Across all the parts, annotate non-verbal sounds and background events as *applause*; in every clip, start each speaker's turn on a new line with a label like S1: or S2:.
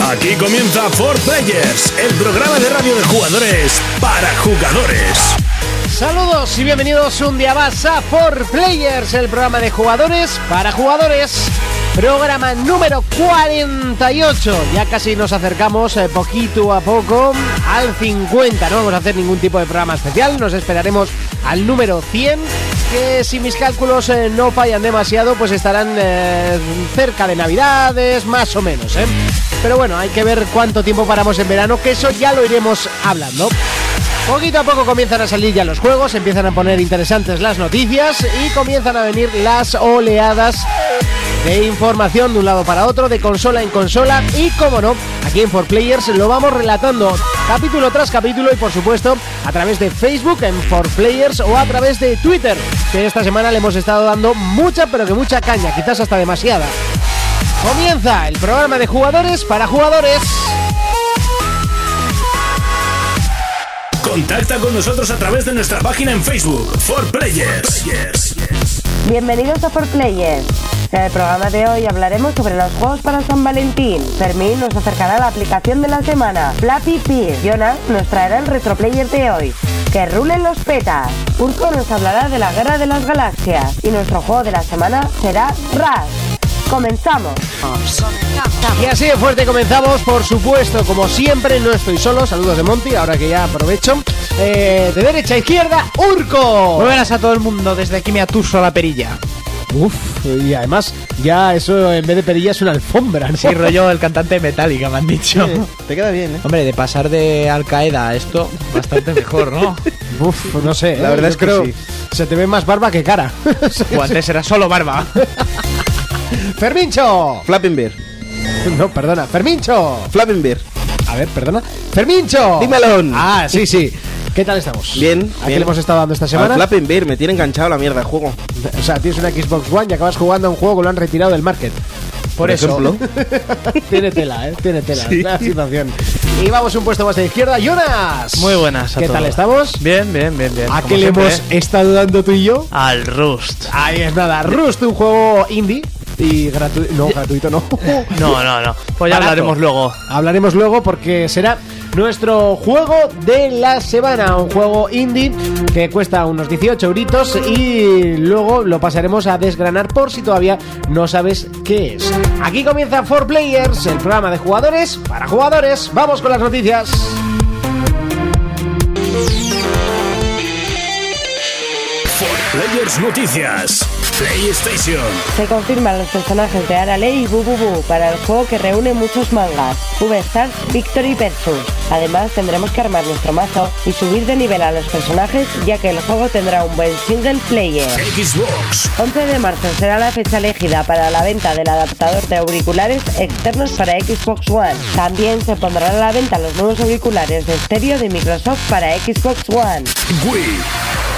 S1: Aquí comienza For Players, el programa de radio de jugadores para jugadores.
S2: Saludos y bienvenidos un día más a For Players, el programa de jugadores para jugadores. Programa número 48. Ya casi nos acercamos eh, poquito a poco al 50. No vamos a hacer ningún tipo de programa especial. Nos esperaremos al número 100. Que si mis cálculos eh, no fallan demasiado, pues estarán eh, cerca de Navidades, más o menos. ¿eh? Pero bueno, hay que ver cuánto tiempo paramos en verano, que eso ya lo iremos hablando. Poquito a poco comienzan a salir ya los juegos, empiezan a poner interesantes las noticias y comienzan a venir las oleadas de información de un lado para otro, de consola en consola y como no, aquí en 4Players lo vamos relatando capítulo tras capítulo y por supuesto a través de Facebook en 4Players o a través de Twitter, que esta semana le hemos estado dando mucha pero que mucha caña, quizás hasta demasiada. Comienza el programa de jugadores para jugadores.
S1: Contacta con nosotros a través de nuestra página en Facebook, For Players. Players.
S3: Bienvenidos a For Players. En el programa de hoy hablaremos sobre los juegos para San Valentín. Fermín nos acercará a la aplicación de la semana, Flappy Pig. Jonas nos traerá el retroplayer de hoy. Que rulen los petas. Urco nos hablará de la guerra de las galaxias. Y nuestro juego de la semana será Rush. ¡Comenzamos!
S2: Y así de fuerte comenzamos, por supuesto, como siempre, no estoy solo. Saludos de Monty, ahora que ya aprovecho. Eh, de derecha a izquierda, Urco.
S4: Muy buenas a todo el mundo, desde aquí me atuso a la perilla.
S2: Uf, y además, ya eso en vez de perilla es una alfombra, ¿no?
S4: Sí, rollo el cantante de Metallica, me han dicho.
S2: Te queda bien, ¿eh?
S4: Hombre, de pasar de Al Qaeda a esto, bastante
S5: *laughs*
S4: mejor, ¿no?
S2: Uf, no sé.
S6: La
S2: eh,
S6: verdad
S2: yo
S6: es que
S2: creo
S6: sí.
S2: Se te ve más barba que
S4: *laughs*
S2: cara.
S4: O antes era solo barba.
S2: ¡Fermincho!
S6: Flapping Bear.
S2: No, perdona, Fermincho.
S6: Flapping Bear.
S2: A ver, perdona. ¡Fermincho!
S6: Dímelo.
S2: Ah, sí, sí. ¿Qué tal estamos?
S6: Bien,
S2: ¿A qué
S6: bien.
S2: le hemos estado dando esta
S6: Al
S2: semana?
S6: Flapping Bear me tiene enganchado la mierda el juego.
S2: O sea, tienes una Xbox One y acabas jugando a un juego que lo han retirado del market.
S4: Por eso.
S6: ejemplo.
S2: *laughs* Tiene tela, ¿eh? Tiene tela la situación. Y vamos un puesto más a la izquierda. ¡Jonas!
S5: Muy buenas a
S2: ¿Qué
S5: todos.
S2: tal estamos?
S5: Bien, bien, bien, bien.
S2: ¿A
S5: como
S2: qué le
S5: siempre,
S2: hemos
S5: ¿eh?
S2: estado dando tú y yo?
S5: Al Rust.
S2: Ahí es nada. Rust, un juego indie y gratuito. No, gratuito no.
S5: *laughs* No, no, no. Pues ya
S2: Barato.
S5: hablaremos luego.
S2: Hablaremos luego porque será nuestro juego de la semana. Un juego indie que cuesta unos 18 euritos y luego lo pasaremos a desgranar por si todavía no sabes qué es. Aquí comienza 4Players, el programa de jugadores para jugadores. Vamos con las noticias.
S1: Players Noticias. PlayStation.
S3: Se confirman los personajes de Arale y Bububu para el juego que reúne muchos mangas, V-Stars Victory Versus. Además, tendremos que armar nuestro mazo y subir de nivel a los personajes, ya que el juego tendrá un buen single player.
S1: Xbox.
S3: 11 de marzo será la fecha elegida para la venta del adaptador de auriculares externos para Xbox One. También se pondrán a la venta los nuevos auriculares de estéreo de Microsoft para Xbox One.
S1: Wii.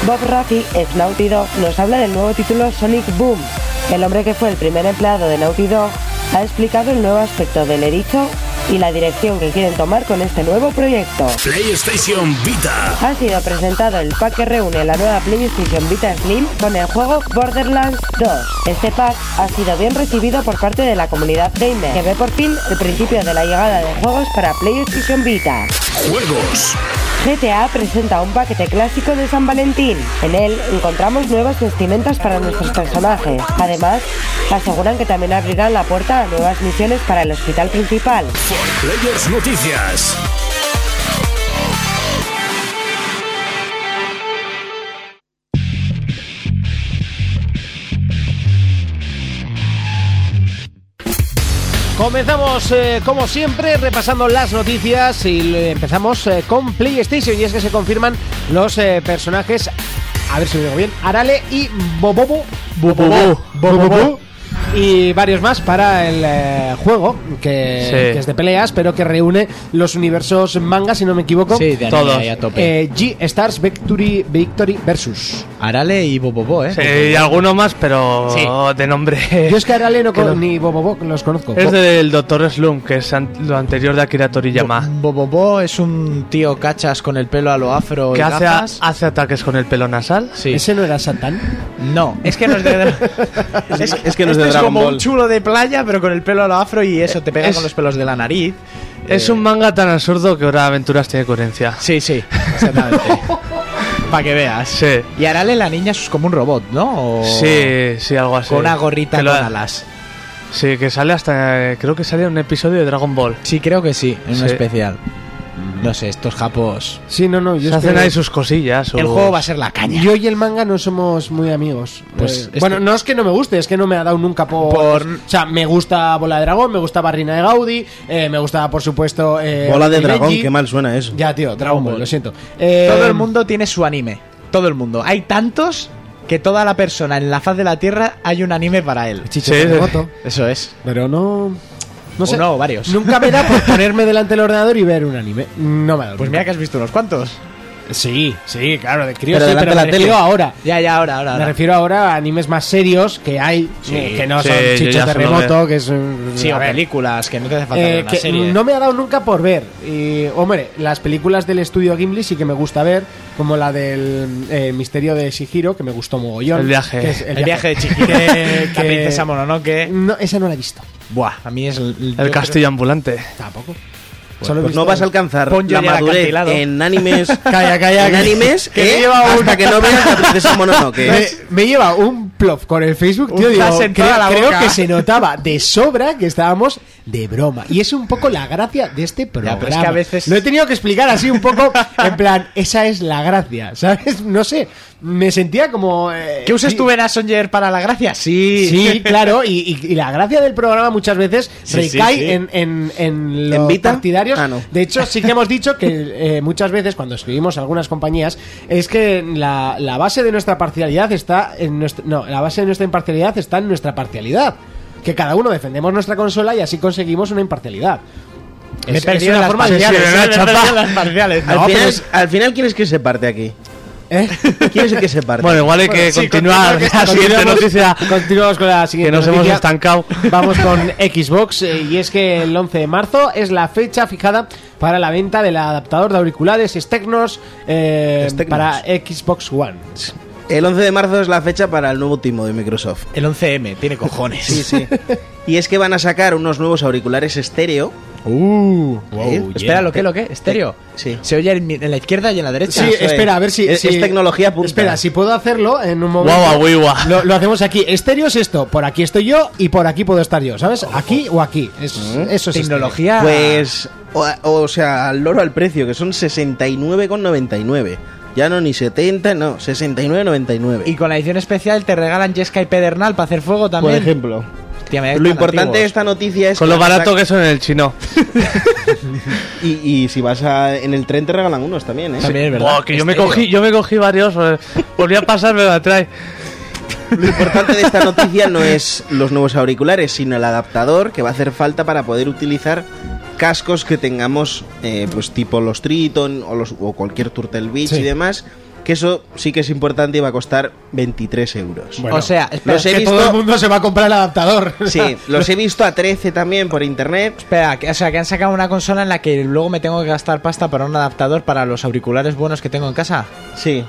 S3: Bob Raffi, ex Naughty Dog, nos habla del nuevo título Sonic Boom. El hombre que fue el primer empleado de Naughty Dog ha explicado el nuevo aspecto del erizo y la dirección que quieren tomar con este nuevo proyecto.
S1: PlayStation Vita.
S3: Ha sido presentado el pack que reúne la nueva PlayStation Vita Slim con el juego Borderlands 2. Este pack ha sido bien recibido por parte de la comunidad gamer, que ve por fin el principio de la llegada de juegos para PlayStation Vita.
S1: Juegos.
S3: GTA presenta un paquete clásico de San Valentín. En él encontramos nuevas vestimentas para nuestros personajes. Además, aseguran que también abrirán la puerta a nuevas misiones para el hospital principal.
S1: Players Noticias.
S2: Comenzamos eh, como siempre repasando las noticias y le- empezamos eh, con PlayStation y es que se confirman los eh, personajes, a ver si lo digo bien, Arale y Bobobo, Bobobo, Bobobo y varios más para el eh, juego que,
S5: Sí.
S2: que es de peleas pero que reúne los universos manga si no me equivoco.
S4: Sí, de anime
S5: Todos.
S4: ahí a tope.
S2: Eh, G Stars Victory, Victory versus.
S4: Arale y Bobobo, ¿eh?
S5: Sí, y alguno más, pero
S4: Sí.
S5: de
S4: *laughs*
S5: nombre.
S2: Yo es que Arale no con-
S5: no.
S2: ni Bobobo los conozco.
S5: Es del Doctor Slum, que es an- lo anterior de Akira Toriyama.
S4: Bobobo es un tío cachas con el pelo a lo afro y
S5: Que hace, a-
S4: gafas.
S5: hace ataques con el pelo nasal.
S4: Sí.
S2: Ese no era Satán.
S4: No, es que no es de... es, *laughs*
S6: es que no es de
S4: este
S6: Dragon
S4: como
S6: Ball.
S4: un chulo de playa, pero con el pelo a lo afro y eso te pega
S5: Es-
S4: con los pelos de la nariz.
S5: *laughs* Es un manga tan absurdo que ahora aventuras tiene coherencia.
S4: Eh. Sí, sí, exactamente. Para que veas.
S5: Sí,
S4: Y Arale, la niña, es como un robot, ¿no? O-
S5: sí, sí, algo así.
S4: Con una gorrita
S5: Que
S4: con
S5: lo-
S4: alas.
S5: Sí, que sale hasta. eh, Creo que sale en un episodio de Dragon Ball.
S4: Sí, creo que sí, en un
S5: Sí.
S4: especial. No sé, estos japos.
S2: Sí, no, no. Yo
S5: Se
S2: es
S5: hacen
S2: que-
S5: ahí sus cosillas.
S4: El
S5: sus-
S4: juego va a ser la caña.
S2: Yo y el manga no somos muy amigos.
S4: Pues
S2: Eh,
S4: este-
S2: Bueno, no es que no me guste, es que no me ha dado nunca por...
S4: Por-
S2: O sea, me gusta Bola de Dragón, me gusta Barrina de Gaudí, eh, me gusta, por supuesto... eh,
S6: Bola de
S2: Renji.
S6: dragón, qué mal suena eso.
S2: Ya, tío, Dragon Ball, lo siento.
S4: Todo
S2: Eh,
S4: el mundo tiene su anime. Todo el mundo. Hay tantos que toda la persona en la faz de la Tierra hay un anime para él.
S2: Chicho
S5: Sí, sí.
S2: Terremoto.
S4: Eso es.
S2: Pero no... No
S4: No
S2: sé.
S4: Uno o varios.
S2: Nunca me da por ponerme delante del ordenador y ver un anime. No me ha dado.
S4: Pues mira que has visto unos cuantos.
S2: Sí, sí, claro, de crío
S6: Pero
S2: sí,
S6: delante
S2: pero me
S6: de la
S2: refiero
S6: tele.
S2: ahora.
S4: Ya, ya, ahora, ahora.
S2: Me
S4: ahora.
S2: refiero ahora a animes más serios que hay,
S4: Sí.
S2: eh, que no
S5: Sí,
S2: son
S5: yo
S2: Chicho
S5: ya sé
S2: Terremoto, que es... un-
S4: Sí,
S2: a
S4: o
S2: ver.
S4: películas, que no te hace falta
S2: Eh,
S4: ver una
S2: que
S4: serie.
S2: no me ha dado nunca por ver. Y, hombre, las películas del estudio Gimli sí que me gusta ver, como la del eh, misterio de Shihiro, que me gustó mogollón.
S5: El viaje.
S2: *laughs* que es
S4: El, viaje de Chiquito,
S2: Que- Mm.
S4: la
S2: que-
S4: princesa Pues, Mononoke.
S2: No, esa no la he visto.
S4: Buah, a mí es el,
S5: El castillo ambulante.
S2: Tampoco.
S6: Pues no vas a alcanzar
S4: Pon yo
S6: la
S4: ya el
S6: madurez
S4: acantilado.
S6: en *laughs* animes.
S2: Calla, calla,
S6: En
S2: que-
S6: animes
S2: que me
S6: ¿eh?
S2: lleva
S6: hasta
S2: una-
S6: que no veas la princesa
S2: Me,
S6: *laughs* Mononoke.
S2: me lleva un plof con el Facebook,
S4: Un
S2: tío. digo,
S4: flash en
S2: creo,
S4: toda la
S2: creo
S4: boca.
S2: que se notaba de sobra que estábamos de broma. Y es un poco la gracia de este programa.
S4: pero es que a veces-
S2: Lo he tenido que explicar así un poco, en plan, esa es la gracia, ¿sabes? No sé, me sentía como... eh,
S4: ¿Qué usas
S2: sí,
S4: tú, Songer para la gracia? Sí. *laughs*
S2: Sí, claro, y, y- y la gracia del programa muchas veces
S4: Sí, sí,
S2: recae
S4: sí.
S2: en, en, en los
S6: ¿En Vita?
S2: partidarios.
S6: Ah, no.
S2: De hecho,
S4: *laughs*
S2: sí que hemos dicho que eh, muchas veces cuando escribimos a algunas compañías es que la, la base de nuestra parcialidad está en nuestro, no, la base de nuestra imparcialidad está en nuestra parcialidad. Que cada uno defendemos nuestra consola y así conseguimos una imparcialidad.
S4: Me he
S2: Es-
S4: perdido
S2: es una
S4: las
S2: forma de
S4: parciales,
S2: liar,
S4: me
S2: es
S4: he
S2: una
S4: perdido
S2: chapa.
S4: las parciales.
S6: Al,
S4: No,
S6: final,
S4: pero
S6: al final, ¿quién es que se parte aquí?
S5: *laughs*
S2: ¿Eh? *laughs*
S6: ¿Quién es el que se parte?
S5: Bueno, igual hay que
S4: sí,
S5: continuar
S4: continúa,
S5: la siguiente
S2: Continuamos-
S5: noticia.
S2: Continuamos con la siguiente
S5: Que nos hemos
S2: noticia.
S5: estancado.
S2: Vamos con Xbox eh, y es que el 11 de marzo es la fecha fijada para la venta del adaptador de auriculares externos eh,
S6: Externos.
S2: para Xbox One.
S6: El 11 de marzo es la fecha para el nuevo timo de Microsoft.
S4: El 11M tiene cojones.
S6: Sí, *laughs* sí. y es que van a sacar unos nuevos auriculares estéreo.
S4: Uh,
S6: ¿Eh?
S4: Espera, ¿lo qué, lo qué? ¿Estéreo?
S6: Sí.
S4: ¿Se oye en, mi- en la izquierda y en la derecha?
S2: Sí,
S6: Eso es.
S2: espera, a ver si
S6: Es-
S2: si-
S6: es tecnología punta.
S2: Espera, si puedo hacerlo en un momento.
S5: Guau, guau, guau.
S2: Lo, lo hacemos aquí. Estéreo es esto. Por aquí estoy yo y por aquí puedo estar yo, ¿sabes? Aquí o aquí. Es- Eso es este.
S4: Tecnología.
S6: Pues, o, o sea, al loro al precio, que son 69,99. Ya no ni 70, no, 69,99.
S4: Y con la edición especial te regalan Jesca y Pedernal para hacer fuego
S6: por
S4: también.
S6: ejemplo,
S4: Hostia, me
S6: lo importante de
S4: antiguos.
S6: esta noticia es
S5: Con lo
S6: van a
S5: barato que son en el chino.
S6: Y, y si vas a- en el tren te regalan unos también, ¿eh?
S4: También es verdad. Este-
S5: Buah, que yo me
S4: Estéreo.
S5: cogí, yo me cogí varios. eh, Volví a pasar, me la trae.
S6: Lo importante de esta noticia no es los nuevos auriculares, sino el adaptador que va a hacer falta para poder utilizar cascos que tengamos, eh, pues tipo los Triton o, los, o cualquier Turtle Beach
S2: Sí.
S6: y demás, que eso sí que es importante y va a costar 23 euros.
S2: Bueno,
S4: o sea, espera,
S6: los he
S2: Que
S6: visto-
S2: todo el mundo se va a comprar el adaptador.
S6: Sí, los he visto a 13 también por internet.
S4: *laughs* espera, que- o sea, que han sacado una consola en la que luego me tengo que gastar pasta para un adaptador para los auriculares buenos que tengo en casa.
S6: Sí,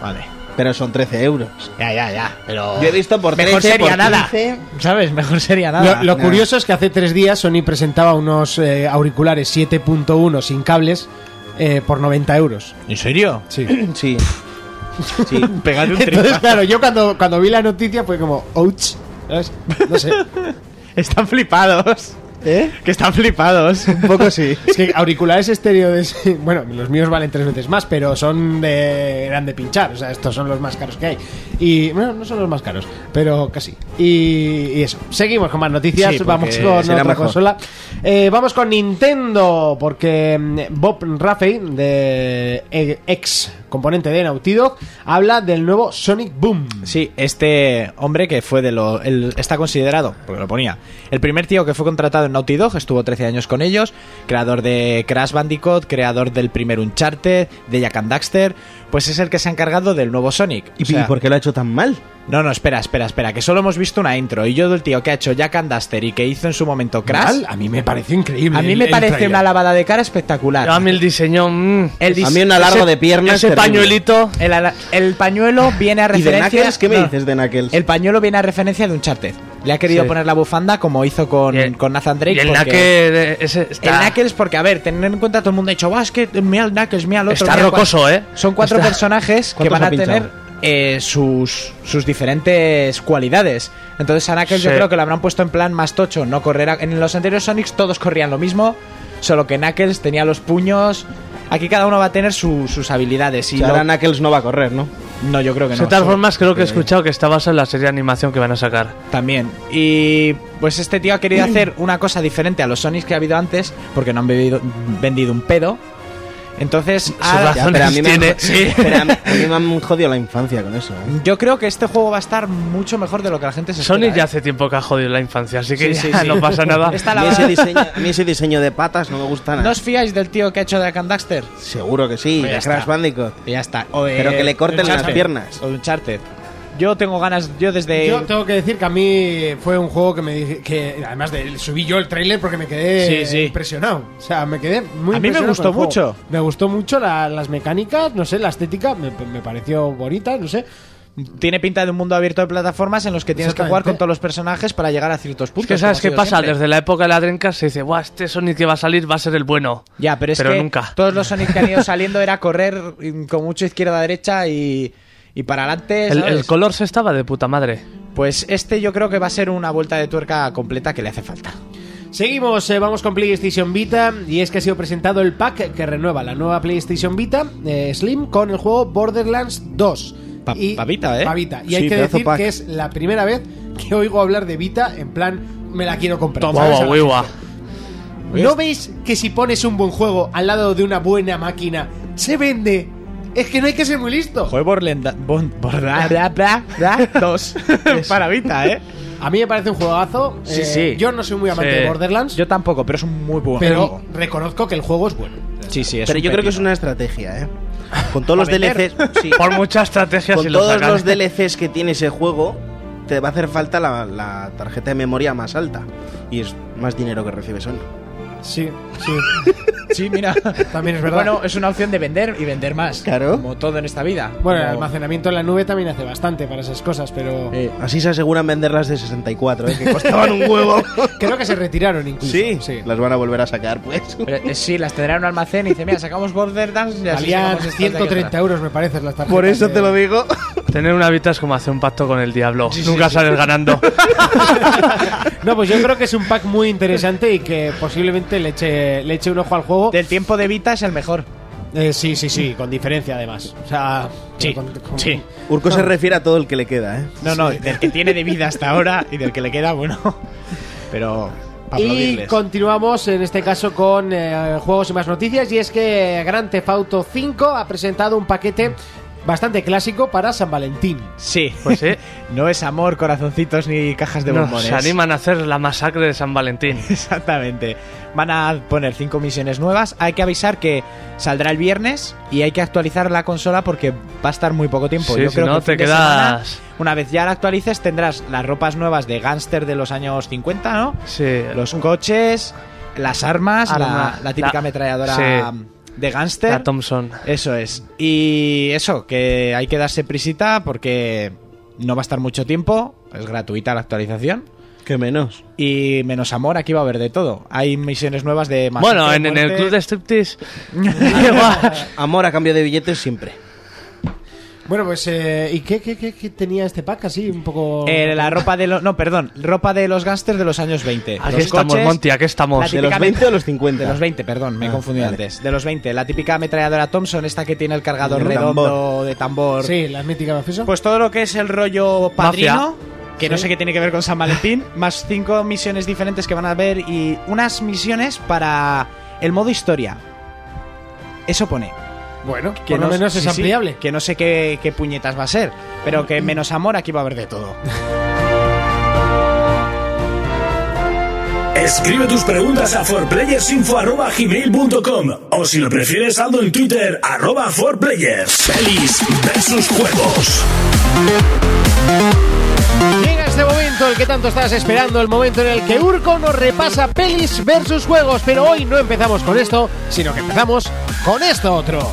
S4: Vale. *laughs*
S6: pero son 13 euros.
S4: Ya, ya, ya. Pero.
S6: Yo he visto por 13,
S4: Mejor sería
S6: por
S4: nada.
S6: 15.
S4: ¿Sabes? Mejor sería
S2: Lo-
S4: nada.
S2: Lo, curioso es que hace tres días Sony presentaba unos eh, auriculares 7.1 sin cables eh, por 90 euros.
S4: ¿En serio? *laughs*
S2: Sí.
S6: Sí. Sí.
S4: Pegate un
S2: Entonces,
S4: tripa.
S2: claro, yo cuando, cuando vi la noticia fue como, ouch, ¿sabes? No sé.
S4: Están flipados.
S2: ¿Eh?
S4: Que están flipados.
S2: Un poco sí. *laughs* Es que auriculares estéreo de ese- *laughs* Bueno, los míos valen tres veces más, pero son de. eran de pinchar. O sea, estos son los más caros que hay. Y. Bueno, no son los más caros, pero casi. Y, y eso. Seguimos con más noticias.
S4: Sí, porque
S2: vamos con otra
S6: será mejor.
S2: consola. Eh, vamos con Nintendo. Porque mm, Bob Raffey, de eh, ex componente de Naughty Dog, habla del nuevo Sonic Boom.
S4: Sí, este hombre que fue de lo. él está considerado, porque lo ponía. El primer tío que fue contratado en Naughty Dog, estuvo 13 años con ellos, creador de Crash Bandicoot, creador del primer Uncharted, de Jack and Daxter, pues es el que se ha encargado del nuevo Sonic.
S6: *laughs* ¿Y,
S4: O sea,
S6: ¿Y por qué lo ha hecho tan mal?
S4: No, no, espera, espera, espera, que solo hemos visto una intro. Y yo del tío que ha hecho Jack and Daxter y que hizo en su momento Crash,
S2: Mal, A mí me pareció increíble.
S4: a mí
S2: el-
S4: me
S2: el
S4: parece
S2: tráiler.
S4: una lavada de cara espectacular.
S5: A mí el diseño. mm.
S4: Ah. El dis-
S6: A mí un alargo de piernas.
S5: Ese
S6: terrible.
S5: pañuelito.
S4: El, ala- el pañuelo viene a
S6: ¿Y de
S4: referencia.
S6: Knuckles? ¿Qué me
S4: no,
S6: dices de Knuckles?
S4: El pañuelo viene a referencia de Uncharted. Le ha querido
S5: Sí.
S4: poner la bufanda como hizo con, con Nathan Drake.
S5: Y el
S4: porque-
S5: Knuckle eh, ese está,
S4: El Knuckles, porque, a ver, tener en cuenta todo el mundo ha dicho, "Buah, es que mira el Knuckles, mira el otro.
S5: está
S4: mira cuál".
S5: rocoso, ¿eh?
S4: Son cuatro
S5: Está-
S4: personajes que
S2: ¿Cuántos
S4: van a
S2: ha pinchado?
S4: tener eh, sus, sus diferentes cualidades. Entonces a Knuckles yo
S5: Sí.
S4: creo que lo habrán puesto en plan más tocho, no correrá. En los anteriores Sonics todos corrían lo mismo, solo que Knuckles tenía los puños. Aquí cada uno va a tener su- sus habilidades.
S6: O
S4: Y
S6: sea,
S4: lo-
S6: ahora Knuckles no va a correr, ¿no?
S4: no, yo creo que no.
S5: de todas
S4: solo-
S5: formas, creo que he escuchado que está basado en la serie de animación que van a sacar.
S4: También. Y pues este tío ha querido hacer una cosa diferente a los Sonics que ha habido antes, porque no han bebido- vendido un pedo. Entonces, ha-
S5: razón.
S6: pero, a mí me han
S5: tiene-
S6: jo-
S5: sí.
S6: pero a mí- a mí me han jodido la infancia con eso. ¿eh?
S4: yo creo que este juego va a estar mucho mejor de lo que la gente se espera.
S5: Sony ya
S4: ¿eh?
S5: hace tiempo que ha jodido la infancia, así que
S4: Sí, sí,
S5: ya *laughs*
S4: sí.
S5: no pasa nada.
S4: Esta
S6: A
S4: la
S6: mí,
S4: va-
S6: ese diseño, a mí ese diseño de patas no me gusta nada.
S4: ¿No os fiáis del tío que ha hecho de Candaxter?
S6: Seguro que sí,
S4: Pues ya
S6: de Crash
S4: está.
S6: Bandicoot.
S4: Y ya está. O de-
S6: Pero que le corten
S4: Uncharted.
S6: las piernas.
S4: O de Uncharted. Yo tengo ganas, yo desde.
S2: Yo tengo que decir que a mí fue un juego que me dije que además de subí yo el tráiler porque me quedé
S4: Sí, sí.
S2: impresionado. O sea, me quedé muy
S4: A mí me
S2: impresionado
S4: gustó
S2: con el juego.
S4: mucho.
S2: Me gustó mucho la- las mecánicas, no sé, la estética me, me pareció bonita, no sé.
S4: Tiene pinta de un mundo abierto de plataformas en los que tienes que
S2: Exactamente.
S4: jugar con todos los personajes para llegar a ciertos
S5: Es
S4: puntos.
S5: que sabes
S4: como ha
S5: qué
S4: sido
S5: pasa,
S4: siempre.
S5: desde la época de la Dreamcast se dice, Buah, este Sonic que va a salir va a ser el bueno.
S4: Ya, pero es
S5: pero
S4: que
S5: nunca.
S4: todos los Sonic que han
S5: *laughs*
S4: ido saliendo era correr mm, con mucho izquierda-derecha y, y para adelante.
S5: El,
S4: ¿sabes?
S5: el color se estaba de puta madre.
S4: Pues este yo creo que va a ser una vuelta de tuerca completa que le hace falta.
S2: Seguimos, eh, vamos con PlayStation Vita y es que ha sido presentado el pack que renueva la nueva PlayStation Vita eh, Slim con el juego Borderlands 2.
S4: Pa- pavita, ¿eh?
S2: Pavita. Y
S6: Sí,
S2: hay que
S6: pedazo
S2: decir
S6: pack.
S2: que es la primera vez que oigo hablar de Vita en plan me la quiero comprar.
S5: Guau,
S2: ¿sabes? A
S5: guau,
S2: la
S5: guau, guau.
S2: ¿No veis que si pones un buen juego al lado de una buena máquina, se vende? Es que no hay que ser muy listo.
S4: Joder, Borlenda, bon, borra, bra, bra, bra,
S5: *laughs*
S4: dos. para Vita, ¿eh?
S2: A mí me parece un juegazo.
S4: Sí,
S2: Eh,
S4: sí.
S2: Yo no soy muy amante
S5: Sí.
S2: de Borderlands,
S4: Yo tampoco, pero es un muy buen
S2: pero
S4: juego.
S2: reconozco que el juego es bueno.
S4: Sí, sí, es
S6: Pero
S4: un
S6: yo creo que es
S4: pepino.
S6: una estrategia, ¿eh? Con todos los
S4: ¿Para vender?
S6: DLCs, sí,
S5: Por mucha estrategia si
S6: con
S5: lo
S6: todos
S5: sacan.
S6: los DLCs que tiene ese juego, te va a hacer falta la, la tarjeta de memoria más alta. Y es más dinero que recibe Sony.
S2: Sí, sí.
S4: Sí, mira.
S2: *laughs* También es verdad.
S4: Bueno, es una opción de vender y vender más.
S6: Claro.
S4: Como todo en esta vida.
S2: Bueno, el
S4: Como-
S2: almacenamiento en la nube también hace bastante para esas cosas, pero
S4: Eh,
S6: Así se aseguran venderlas de 64, ¿eh? que costaban un *laughs* huevo.
S2: creo que se retiraron incluso. sí.
S6: Las van a volver a sacar, pues.
S4: pero, eh, sí, las tendrá en un almacén y dice, mira, sacamos Borderlands y así
S2: Valían
S4: sacamos estas de aquí otra".
S2: 130 euros, me parece, las tarjetas.
S6: Por eso
S2: de-
S6: te lo digo.
S5: Tener una Vita es como hacer un pacto con el diablo. Nunca sales ganando.
S2: No, pues yo creo que es un pack muy interesante y que posiblemente le eche, le eche un ojo al juego.
S4: Del tiempo de Vita es el mejor.
S2: Eh, sí, sí, sí, con diferencia además. O sea,
S4: Sí,
S2: con- con-
S4: sí.
S6: Urco se refiere a todo el que le queda, ¿eh?
S4: No, no, del que tiene de vida hasta ahora y del que le
S2: *laughs*
S4: queda, bueno. Pero. para
S2: Y continuamos en este caso con eh, juegos y más noticias y es que Grand Theft Auto 5 ha presentado un paquete bastante clásico para San Valentín.
S4: Sí.
S5: Pues sí.
S4: *laughs* No es amor, corazoncitos ni cajas *laughs* de
S5: No,
S4: bombones.
S5: se animan a hacer la masacre de San Valentín.
S4: *laughs* Exactamente. Van a poner cinco misiones nuevas. Hay que avisar que saldrá el viernes y hay que actualizar la consola porque va a estar muy poco tiempo.
S5: Sí,
S4: Yo
S5: si
S4: creo
S5: no,
S4: que el
S5: te
S4: fin de
S5: quedas-
S4: semana, una vez ya la actualices, tendrás las ropas nuevas de gángster de los años 50, ¿no?
S5: Sí.
S4: Los coches, las armas,
S5: Arma.
S4: la, la típica
S5: La-
S4: ametralladora
S5: sí.
S4: de gángster.
S5: La Thompson.
S4: Eso es. Y eso, que hay que darse prisita porque no va a estar mucho tiempo. Es gratuita la actualización.
S6: Que menos.
S4: Y menos amor, aquí va a haber de todo. Hay misiones nuevas de masacre,
S5: Bueno, en, en el
S4: muerte.
S5: club de
S4: *laughs*
S5: striptease. *laughs*
S6: Amor a cambio de billetes siempre.
S2: Bueno, pues, eh, ¿y qué, qué, qué- qué tenía este pack así? Un poco...
S4: Eh, la ropa de los... No, perdón. Ropa de los gángsters de los años 20.
S5: Aquí
S4: Los
S5: estamos,
S4: coches-
S5: Monty, aquí
S4: la
S5: estamos.
S6: ¿De los
S4: típica
S6: 20 o los
S4: De
S6: 50?
S4: los 20, perdón, me he confundido
S6: Ah. vale.
S4: antes. De los 20. La típica ametralladora Thompson, esta que tiene el cargador
S6: El
S4: redondo
S6: tambor.
S4: de tambor.
S2: Sí, las míticas mafioso.
S4: Pues todo lo que es el rollo padrino, que no
S2: Sí.
S4: sé qué tiene que ver con San
S6: *laughs*
S4: Valentín, más cinco misiones diferentes que van a haber y unas misiones para el modo historia. Eso pone.
S2: bueno, por lo
S4: no-
S2: menos es
S4: sí, sí,
S2: ampliable. Mm.
S4: que no sé qué, qué puñetas va a ser, pero que menos amor aquí va a haber de todo.
S1: Escribe tus preguntas a forplayersinfo@gmail.com o si lo prefieres saldo en Twitter arroba forplayers. Pelis versus juegos.
S2: Llega este momento, el que tanto estás esperando, el momento en el que Urco nos repasa pelis versus juegos, pero hoy no empezamos con esto, sino que empezamos con esto otro.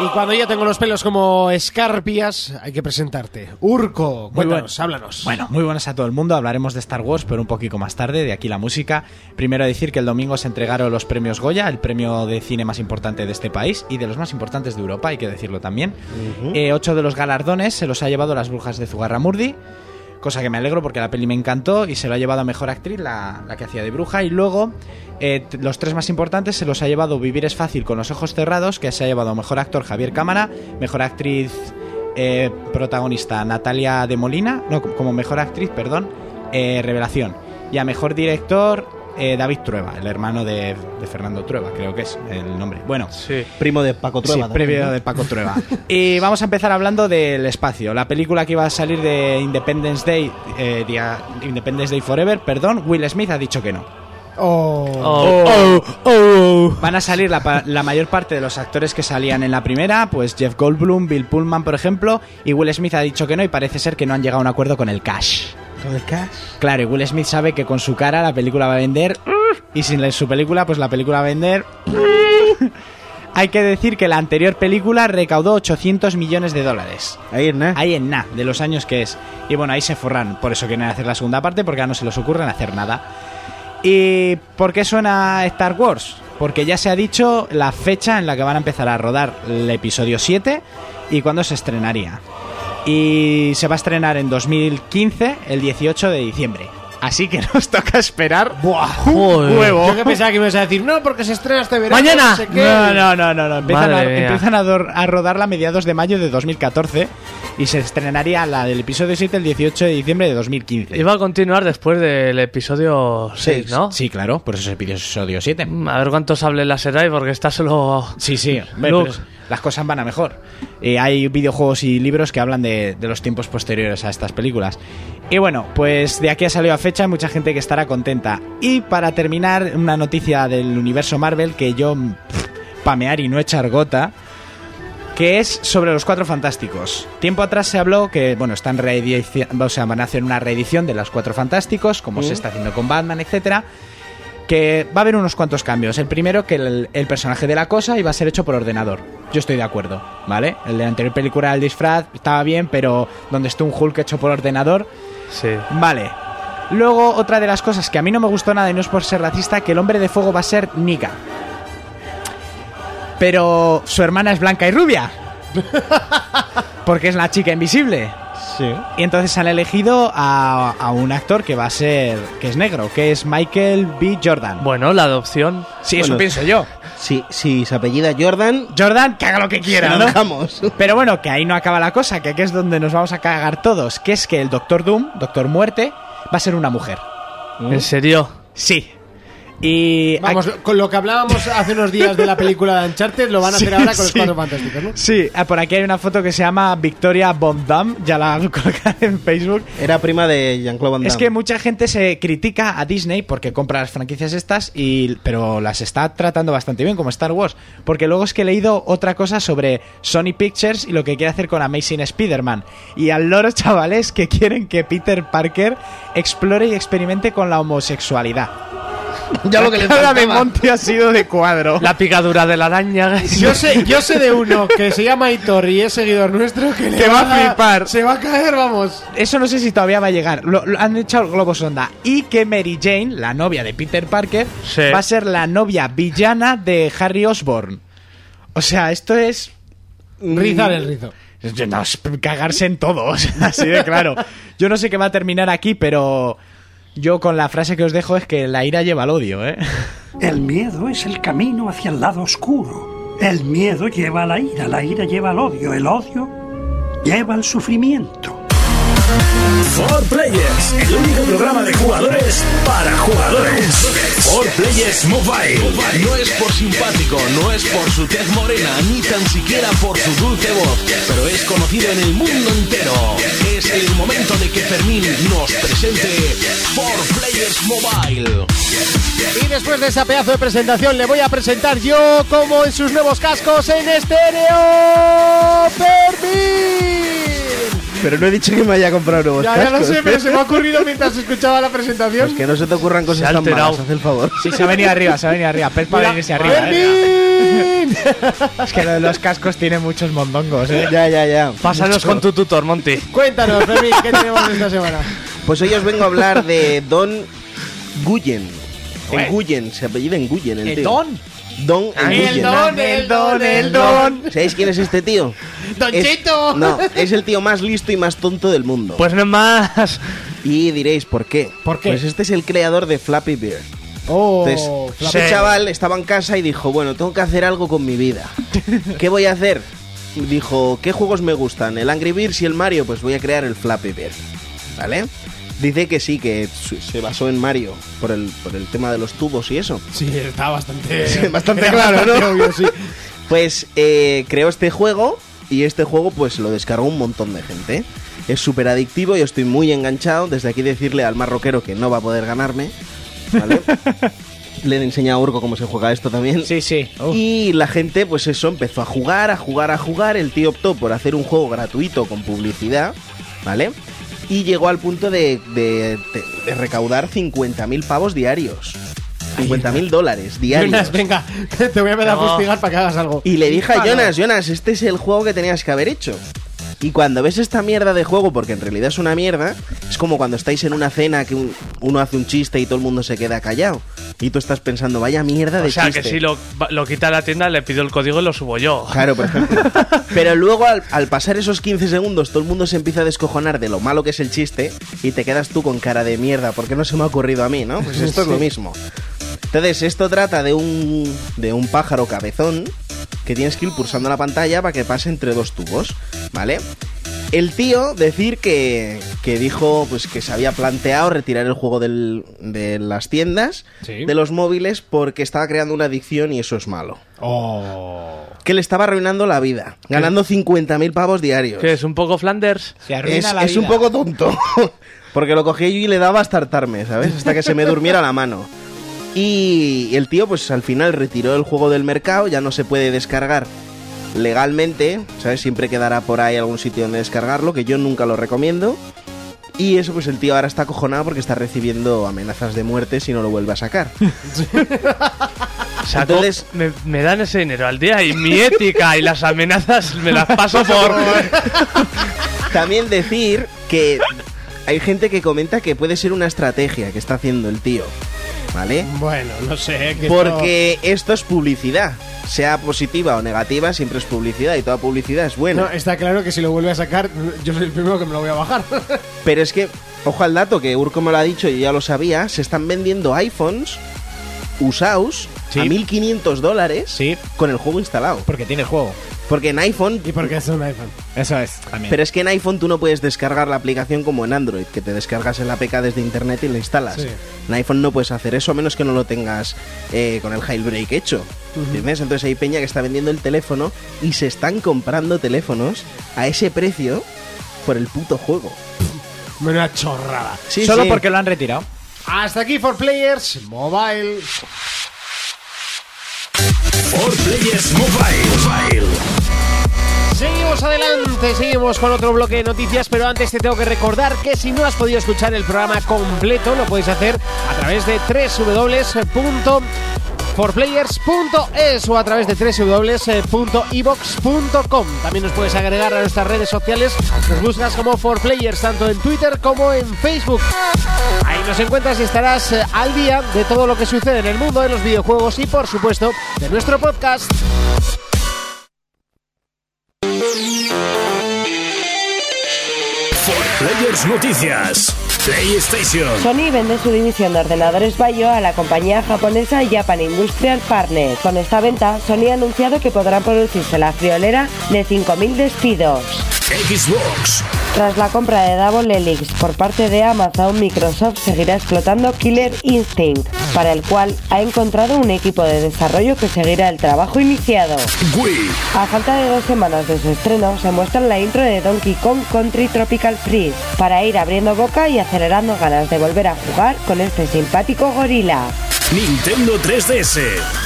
S2: Y cuando ya tengo los pelos como escarpias, hay que presentarte. Urco, cuéntanos, háblanos.
S4: Bueno, muy buenas a todo el mundo. Hablaremos de Star Wars, pero un poquito más tarde. De aquí la música. Primero decir que el domingo se entregaron los premios Goya, el premio de cine más importante de este país y de los más importantes de Europa, hay que decirlo también. Eh, ocho de los galardones se los ha llevado Las Brujas de Zugarramurdi. Cosa que me alegro porque la peli me encantó y se lo ha llevado a mejor actriz, la, la que hacía de bruja. Y luego, eh, t- los tres más importantes se los ha llevado Vivir es fácil con los ojos cerrados, que se ha llevado a mejor actor Javier Cámara, mejor actriz eh, protagonista Natalia de Molina, no, como mejor actriz, perdón, eh, Revelación. Y a mejor director eh, David Trueba, el hermano de, de Fernando Trueba, creo que es el nombre. Bueno,
S5: Sí.
S6: Primo de Paco Trueba.
S4: Sí,
S6: ¿no?
S4: previo de Paco Trueba. *laughs* y vamos a empezar hablando del espacio. La película que iba a salir de Independence Day, eh, día- Independence Day Forever, perdón, Will Smith ha dicho que no. Oh.
S5: Oh,
S4: Van a salir la, pa- la mayor parte de los actores que salían en la primera, pues Jeff Goldblum, Bill Pullman, por ejemplo, y Will Smith ha dicho que no y parece ser que no han llegado a un acuerdo con el cash.
S6: ¿Con el cash?
S4: Claro, y Will Smith sabe que con su cara la película va a vender. Y sin la- su película, pues la película va a vender. *laughs* Hay que decir que la anterior película recaudó 800 millones de dólares.
S6: Ahí es nada.
S4: Ahí en nada, de los años que es. Y bueno, ahí se forran. Por eso quieren hacer la segunda parte, porque ya no se les ocurre hacer nada. ¿Y por qué suena Star Wars? Porque ya se ha dicho la fecha en la que van a empezar a rodar el episodio 7 y cuándo se estrenaría. Y se va a estrenar en 2015, el 18 de diciembre. Así que *laughs* nos toca esperar un huevo.
S2: Yo que pensaba que ibas a decir, no, porque se estrena este verano.
S5: oh, Mañana.
S2: no sé qué".
S4: No, no, no, no, no. Empiezan, a,
S5: Madre mía.
S4: empiezan a dor- a rodarla a mediados de mayo de 2014 y se estrenaría la del episodio 7 el 18 de diciembre de 2015.
S5: Iba a continuar después del episodio 6,
S6: Seis,
S5: ¿no?
S4: Sí, claro, por eso es episodio 7.
S5: Mm, A ver cuántos sables láser hay, porque está solo.
S4: Sí, sí, hombre,
S5: Luke.
S4: pero las cosas van a mejor. Eh, hay videojuegos y libros que hablan de, de los tiempos posteriores a estas películas. Y bueno, pues de aquí ha salido a fecha hay mucha gente que estará contenta. Y para terminar, una noticia del universo Marvel que yo mm, pff, pamear y no echar gota. Que es sobre los cuatro fantásticos. Tiempo atrás se habló que, bueno, están reedici- o sea, van a hacer una reedición de los cuatro fantásticos, como se está haciendo con Batman, etcétera que va a haber unos cuantos cambios. El primero, que el, el personaje de la cosa iba a ser hecho por ordenador. Yo estoy de acuerdo, ¿vale? El de la anterior película, el disfraz, estaba bien, pero donde esté un Hulk hecho por ordenador,
S5: Sí.
S4: vale. Luego, otra de las cosas que a mí no me gustó nada y no es por ser racista, que el hombre de fuego va a ser Nika. Pero su hermana es blanca y rubia. Porque es la chica invisible.
S6: Sí.
S4: Y entonces han elegido a, a un actor que va a ser. que es negro, que es Michael B. Jordan.
S5: Bueno, la adopción.
S4: Sí, eso
S6: Bueno.
S4: pienso yo.
S6: Si, si se apellida Jordan,
S4: Jordan, que haga lo que quiera,
S6: se lo
S4: ¿no?
S6: dejamos.
S4: Pero bueno, que ahí no acaba la cosa, que aquí es donde nos vamos a cagar todos, que es que el Doctor Doom, Doctor Muerte, va a ser una mujer.
S5: ¿En serio?
S4: Sí. Y
S2: Vamos,
S4: ac-
S2: lo- con lo que hablábamos hace unos días de la película de Uncharted, lo van a hacer
S4: Sí,
S2: ahora con los
S4: sí.
S2: cuatro fantásticos, ¿no?
S4: Sí, ah, por aquí hay una foto que se llama Victoria Bondam, ya la *laughs* colocar en Facebook.
S6: Era prima de Jean-Claude Van Damme.
S4: Es que mucha gente se critica a Disney porque compra las franquicias estas, y, pero las está tratando bastante bien, como Star Wars. Porque luego es que he leído otra cosa sobre Sony Pictures y lo que quiere hacer con Amazing Spider-Man. Y al loro, *laughs* chavales, que quieren que Peter Parker explore y experimente con la homosexualidad.
S6: ya
S4: *laughs*
S6: lo que le
S4: Ahora
S6: faltaba.
S4: de Monty ha sido de cuadro.
S5: La picadura de la araña.
S2: Yo sé, yo
S4: *laughs*
S2: sé de uno que se llama Hitor y es seguidor nuestro que le
S4: Te va a
S2: dar-
S4: flipar.
S2: Se va a caer, vamos.
S4: Eso no sé si todavía va a llegar. Lo, lo han hecho el globo sonda. Y que Mary Jane, la novia de Peter Parker,
S5: Sí.
S4: va a ser la novia villana de Harry Osborn. O sea, esto es.
S2: Rizar el rizo.
S4: no, es cagarse en *laughs* todos. Así de claro. Yo no sé qué va a terminar aquí, pero. Yo con la frase que os dejo es que la ira lleva al odio, ¿eh?
S7: El miedo es el camino hacia el lado oscuro. El miedo lleva a la ira, la ira lleva al odio, el odio lleva al sufrimiento.
S1: Four Players, el único programa de jugadores para jugadores. Four Players Mobile.
S8: No es por simpático, no es por su tez morena, ni tan siquiera por su dulce voz, pero es conocido en el mundo entero. Es el momento de que Fermín nos presente For Players Mobile.
S2: Y después de esa pedazo de presentación le voy a presentar yo como en sus nuevos cascos en este estéreo Fermín.
S6: Pero no he dicho que me haya comprado nuevos
S2: Ya, ya lo
S6: cascos,
S2: sé,
S6: ¿eh?
S2: pero se me ha ocurrido mientras escuchaba la presentación.
S6: Pues que no se te ocurran
S5: Se
S6: cosas
S5: ha
S6: tan
S5: alterado.
S6: malas, haz el favor.
S4: Sí, se ha venido arriba, se ha venido arriba. Pep va a venirse arriba. ¿eh?
S2: ¡Fermín!
S4: Es que lo de los cascos tiene muchos mondongos, ¿eh?
S6: Ya, ya, ya.
S5: Pásanos con tu
S2: *laughs*
S5: tutor, Monty.
S2: Cuéntanos, Fermín, ¿qué tenemos esta semana?
S6: Pues hoy os vengo a hablar de Don Guyen. En Guyen, se apellida en Guyen el
S4: ¿El
S6: tío.
S4: don?
S6: Don Nguyen.
S2: Ah, el don, el
S6: ¿Sabéis quién es este tío?
S2: Don
S6: Es-
S2: Cheto.
S6: No, es el tío más listo y más tonto del mundo.
S5: Pues no más.
S6: Y diréis, ¿por qué?
S2: ¿Por qué?
S6: Pues este es el creador de Flappy Bird.
S2: Oh,
S6: Entonces,
S5: Flappy
S6: ese
S5: Bird.
S6: chaval estaba en casa y dijo, bueno, tengo que hacer algo con mi vida. ¿Qué voy a hacer? Dijo, ¿qué juegos me gustan? ¿El Angry Birds y el Mario? Pues voy a crear el Flappy Bird. ¿Vale? Dice que sí, que su- se basó en Mario por el, por el tema de los tubos y eso.
S2: sí, está bastante.
S6: bastante
S2: era
S6: claro,
S2: bastante
S6: ¿no?
S2: obvio, sí.
S6: Pues eh, creó este juego y este juego pues lo descargó un montón de gente. Es súper adictivo, yo estoy muy enganchado. Desde aquí decirle al marroquero que no va a poder ganarme. ¿vale? Le he enseñado a Urco cómo se juega esto también.
S4: *laughs* Sí, sí.
S5: Oh.
S4: Uh.
S6: Y la gente, pues eso, empezó a jugar, a jugar, a jugar. El tío optó por hacer un juego gratuito con publicidad, ¿vale? Y llegó al punto de, de- de- de recaudar 50.000 pavos diarios. 50.000 dólares diarios.
S2: Jonas, *laughs* venga, te voy a ver a
S5: No.
S2: fustigar para que hagas algo.
S6: Y le dije a
S2: Dispara.
S6: Jonas, Jonas, este es el juego que tenías que haber hecho. Y cuando ves esta mierda de juego, porque en realidad es una mierda, es como cuando estáis en una cena que un- uno hace un chiste y todo el mundo se queda callado. Y tú estás pensando, vaya mierda de
S5: O sea,
S6: chiste.
S5: que si lo, lo quita la tienda, le pido el código y lo subo yo.
S6: Claro, por ejemplo. Pero luego al, al pasar esos 15 segundos todo el mundo se empieza a descojonar de lo malo que es el chiste y te quedas tú con cara de mierda porque no se me ha ocurrido a mí, ¿no? Pues esto es lo mismo. Entonces, esto trata de un, de un pájaro cabezón que tienes que ir pulsando la pantalla para que pase entre dos tubos, ¿vale? El tío decir que, que dijo pues que se había planteado retirar el juego del- de las tiendas,
S2: Sí.
S6: de los móviles, porque estaba creando una adicción y eso es malo
S2: Oh.
S6: que le estaba arruinando la vida, ganando 50.000 pavos diarios.
S5: Que es un poco Flanders.
S4: Se arruina
S6: Es,
S4: la
S6: es un
S4: vida.
S6: poco tonto, *laughs* porque lo cogí yo y le daba hasta hartarme, ¿sabes? Hasta que se me durmiera la mano. Y el tío, pues al final retiró el juego del mercado, ya no se puede descargar legalmente, ¿sabes? Siempre quedará por ahí algún sitio donde descargarlo, que yo nunca lo recomiendo. Y eso, pues el tío ahora está acojonado porque está recibiendo amenazas de muerte si no lo vuelve a sacar.
S5: Saco-
S6: Entonces-
S5: me, me dan ese dinero al día y mi ética y las amenazas me las paso por.
S2: *laughs*
S6: También decir que hay gente que comenta que puede ser una estrategia que está haciendo el tío, ¿vale?
S2: Bueno, no sé. Que
S6: Porque esto es publicidad. Sea positiva o negativa, siempre es publicidad y toda publicidad es
S2: esto-
S6: buena.
S2: No, está claro que si lo vuelve a sacar, yo soy el primero que me lo voy a bajar.
S6: Pero es que, ojo al dato, que Urco me lo ha dicho y yo ya lo sabía, se están vendiendo iPhones usados
S4: Sí.
S6: a 1.500 dólares
S4: Sí.
S6: con el juego instalado.
S4: Porque tiene el juego.
S6: Porque en iPhone...
S2: ¿Y por qué es un iPhone?
S4: Eso es. También.
S6: Pero es que en iPhone tú no puedes descargar la aplicación como en Android, que te descargas el APK desde internet y la instalas.
S2: Sí.
S6: En iPhone no puedes hacer eso a menos que no lo tengas eh, con el jailbreak hecho. ¿Entiendes? Entonces hay peña que está vendiendo el teléfono y se están comprando teléfonos a ese precio por el puto juego.
S2: Una chorrada.
S6: Sí,
S4: Solo
S6: sí.
S4: porque lo han retirado.
S2: Hasta aquí for Players Mobile.
S1: For Players Mobile.
S2: Seguimos adelante, seguimos con otro bloque de noticias, pero antes te tengo que recordar que si no has podido escuchar el programa completo, lo puedes hacer a través de www.forplayers.es o a través de www.ibox.com. También nos puedes agregar a nuestras redes sociales, nos buscas como For Players tanto en Twitter como en Facebook. Ahí nos encuentras y estarás eh, al día de todo lo que sucede en el mundo de los videojuegos y por supuesto de nuestro podcast.
S1: Players Noticias. PlayStation.
S3: Sony vende su división de ordenadores Bayo a la compañía japonesa Japan Industrial Partners. Con esta venta, Sony ha anunciado que podrán producirse la friolera de 5.000 despidos.
S1: Xbox.
S3: Tras la compra de Double Helix por parte de Amazon, Microsoft seguirá explotando Killer Instinct, para el cual ha encontrado un equipo de desarrollo que seguirá el trabajo iniciado.
S1: Wii.
S3: A falta de dos semanas de su estreno, se muestra la intro de Donkey Kong Country Tropical Freeze para ir abriendo boca y acelerando ganas de volver a jugar con este simpático gorila.
S1: Nintendo 3DS.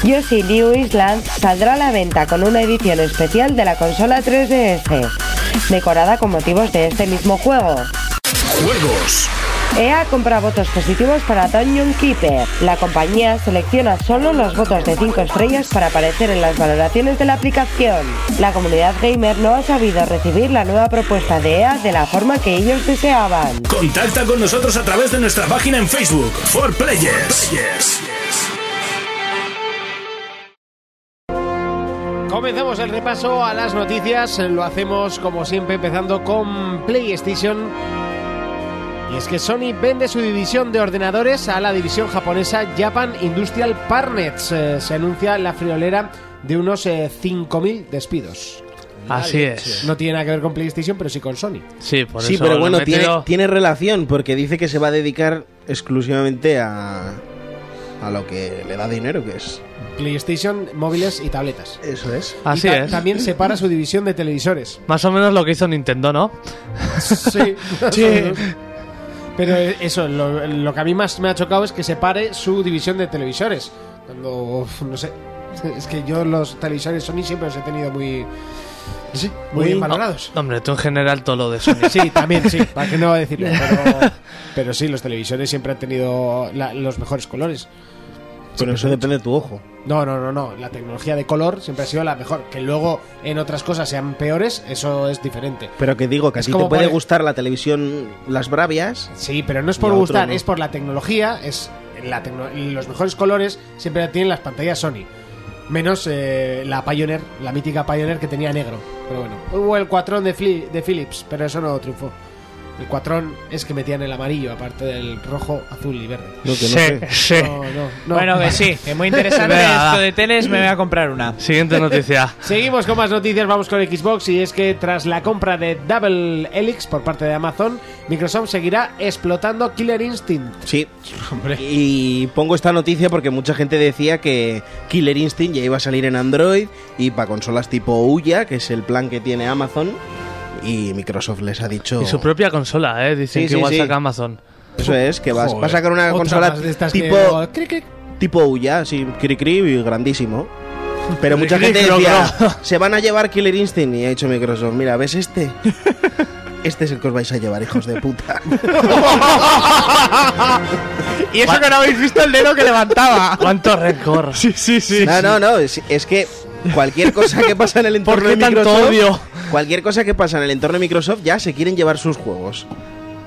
S3: Yoshi New Island saldrá a la venta con una edición especial de la consola 3DS, decorada con motivos de este mismo juego.
S1: Juegos.
S3: EA E compra votos positivos para Dungeon Keeper. La compañía selecciona solo los votos de 5 estrellas para aparecer en las valoraciones de la aplicación. La comunidad gamer no ha sabido recibir la nueva propuesta de EA de la forma que ellos deseaban.
S1: Contacta con nosotros a través de nuestra página en Facebook, For Players.
S2: Comenzamos el repaso a las noticias. Lo hacemos como siempre empezando con PlayStation. Y es que Sony vende su división de ordenadores a la división japonesa Japan Industrial Partners. Eh, se anuncia la friolera de unos eh, 5.000 despidos.
S5: Así es.
S2: No tiene nada que ver con PlayStation, pero sí con Sony.
S5: Sí, por
S6: sí,
S5: eso
S6: pero
S5: lo
S6: bueno,
S5: he
S6: tiene,
S5: metido.
S6: tiene relación porque dice que se va a dedicar exclusivamente a, a lo que le da dinero, que es.
S2: PlayStation, móviles y tabletas.
S6: Eso es.
S2: Y
S5: Así
S2: ta-
S5: es.
S2: También separa su división de televisores.
S5: Más o menos lo que hizo Nintendo, ¿no?
S2: Sí. sí. Pero eso, lo, lo que a mí más me ha chocado es que separe su división de televisores. Cuando, uf, no sé, *laughs* es que yo los televisores Sony siempre los he tenido muy, muy bien valorados.
S5: No, hombre, tú en general todo *laughs* lo de Sony.
S2: Sí, también, sí, *laughs* para que no va a decirlo. Pero, pero sí, los televisores siempre han tenido la- los mejores colores.
S6: Pero eso depende de tu ojo.
S2: No, no, no, no. La tecnología de color siempre ha sido la mejor. Que luego en otras cosas sean peores, eso es diferente.
S6: Pero que digo que a
S2: Es
S6: ti
S2: como
S6: te puede
S2: poner-
S6: gustar la televisión Las Bravias.
S2: Sí, pero no es
S6: Y
S2: por
S6: a otro
S2: gustar,
S6: no.
S2: es por la tecnología, es la tecno- los mejores colores siempre tienen las pantallas Sony. Menos eh, la Pioneer, la mítica Pioneer que tenía negro. Pero bueno, hubo el cuatrón de, Fli- de Philips, pero eso no triunfó. El cuatrón es que metían el amarillo, aparte del rojo, azul y verde.
S6: No, que no
S5: sí,
S6: sé.
S5: sí.
S2: No, no, no.
S4: Bueno, que sí,
S5: *laughs*
S4: que muy interesante
S5: Venga, va.
S4: esto de teles, me voy a comprar una. *laughs*
S5: Siguiente noticia.
S2: Seguimos con más noticias, vamos con Xbox y es que tras la compra de Double Helix por parte de Amazon, Microsoft seguirá explotando Killer Instinct. *laughs*
S6: Sí. Y pongo esta noticia porque mucha gente decía que Killer Instinct ya iba a salir en Android y para consolas tipo Uya, que es el plan que tiene Amazon. Y Microsoft les ha dicho.
S5: Y su propia consola, ¿eh? Dicen
S6: Sí,
S5: que
S6: sí,
S5: igual
S6: sí.
S5: saca Amazon.
S6: Eso es, que vas- va a sacar una
S2: Otra
S6: consola
S2: más de estas que
S6: tipo,
S2: luego, cric, cric.
S6: tipo Uya, sí, cri cri y grandísimo. Pero mucha
S5: Cri, cri,
S6: gente
S5: cro,
S6: decía, se van a llevar Killer Instinct. Y ha dicho Microsoft, mira,
S2: *laughs*
S6: ¿ves este? Este es el que os vais a llevar, hijos de puta.
S4: Y eso que no habéis visto el dedo que levantaba.
S5: ¡Cuánto récord! *laughs* Sí, sí, sí.
S6: No, no, no, es, es que cualquier cosa que pasa en
S5: *laughs*
S6: el entorno
S5: ¿Por
S6: de
S5: qué tanto
S6: Microsoft,
S5: odio?
S6: cualquier cosa que pasa en el entorno de Microsoft ya se quieren llevar sus juegos.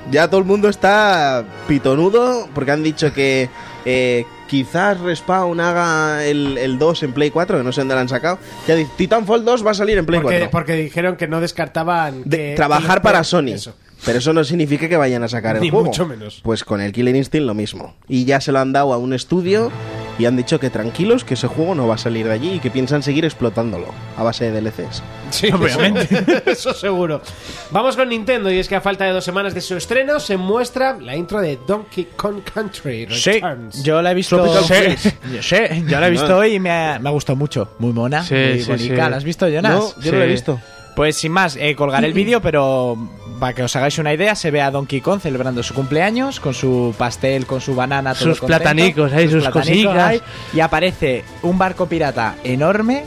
S6: Ya todo el mundo está pitonudo porque han dicho que eh, quizás Respawn haga el, el 2 en Play 4, que no sé dónde lo han sacado. Ya dice, Titanfall 2 va a salir en Play
S2: Porque,
S6: 4.
S2: porque dijeron que no descartaban
S6: De-
S2: que-
S6: trabajar para Sony.
S2: Eso.
S6: Pero eso no significa que vayan a sacar el
S2: Ni
S6: juego.
S2: mucho menos.
S6: Pues con el Killer Instinct lo mismo. Y ya se lo han dado a un estudio y han dicho que tranquilos, que ese juego no va a salir de allí y que piensan seguir explotándolo a base de DLCs.
S2: Sí, obviamente. *laughs* Eso seguro. Vamos con Nintendo y es que a falta de dos semanas de su estreno se muestra la intro de Donkey Kong Country
S4: Sí,
S2: Returns.
S4: yo la he visto.
S6: Tropical
S4: Sí,
S6: Freeze.
S4: *laughs* sí, yo la he visto hoy y me ha, me ha gustado mucho. Muy mona,
S5: Sí,
S4: muy
S5: sí,
S4: bonita.
S5: sí.
S4: ¿La has visto, Jonas?
S6: No, yo no lo he
S5: Sí.
S6: visto.
S4: Pues sin más, eh, colgaré el
S5: Mm.
S4: vídeo, pero para que os hagáis una idea, se ve a Donkey Kong celebrando su cumpleaños con su pastel, con su banana, todo
S5: Sus
S4: contento,
S5: platanicos ahí, sus
S4: platanicos
S5: cositas.
S4: ahí, y aparece un barco pirata enorme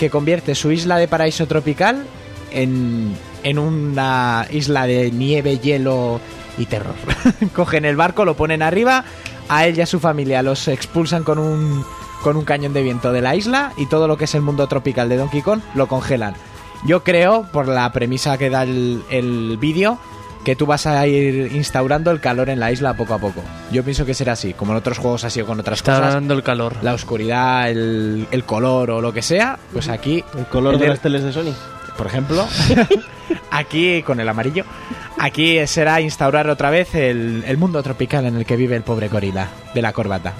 S4: que convierte su isla de paraíso tropical en, en una isla de nieve, hielo y terror. *laughs* Cogen el barco, lo ponen arriba, a él y a su familia los expulsan con un, con un cañón de viento de la isla y todo lo que es el mundo tropical de Donkey Kong lo congelan. Yo creo, por la premisa que da el, el vídeo, que tú vas a ir instaurando el calor en la isla poco a poco. Yo pienso que será así, como en otros juegos ha sido con otras
S5: Está
S4: cosas
S5: dando el calor.
S4: la oscuridad, el, el color o lo que sea, pues aquí,
S6: El color
S4: El
S6: de
S4: de-
S6: las teles de Sony.
S4: por ejemplo, *laughs* aquí con el amarillo, aquí será instaurar otra vez el, el mundo tropical en el que vive el pobre gorila de la corbata.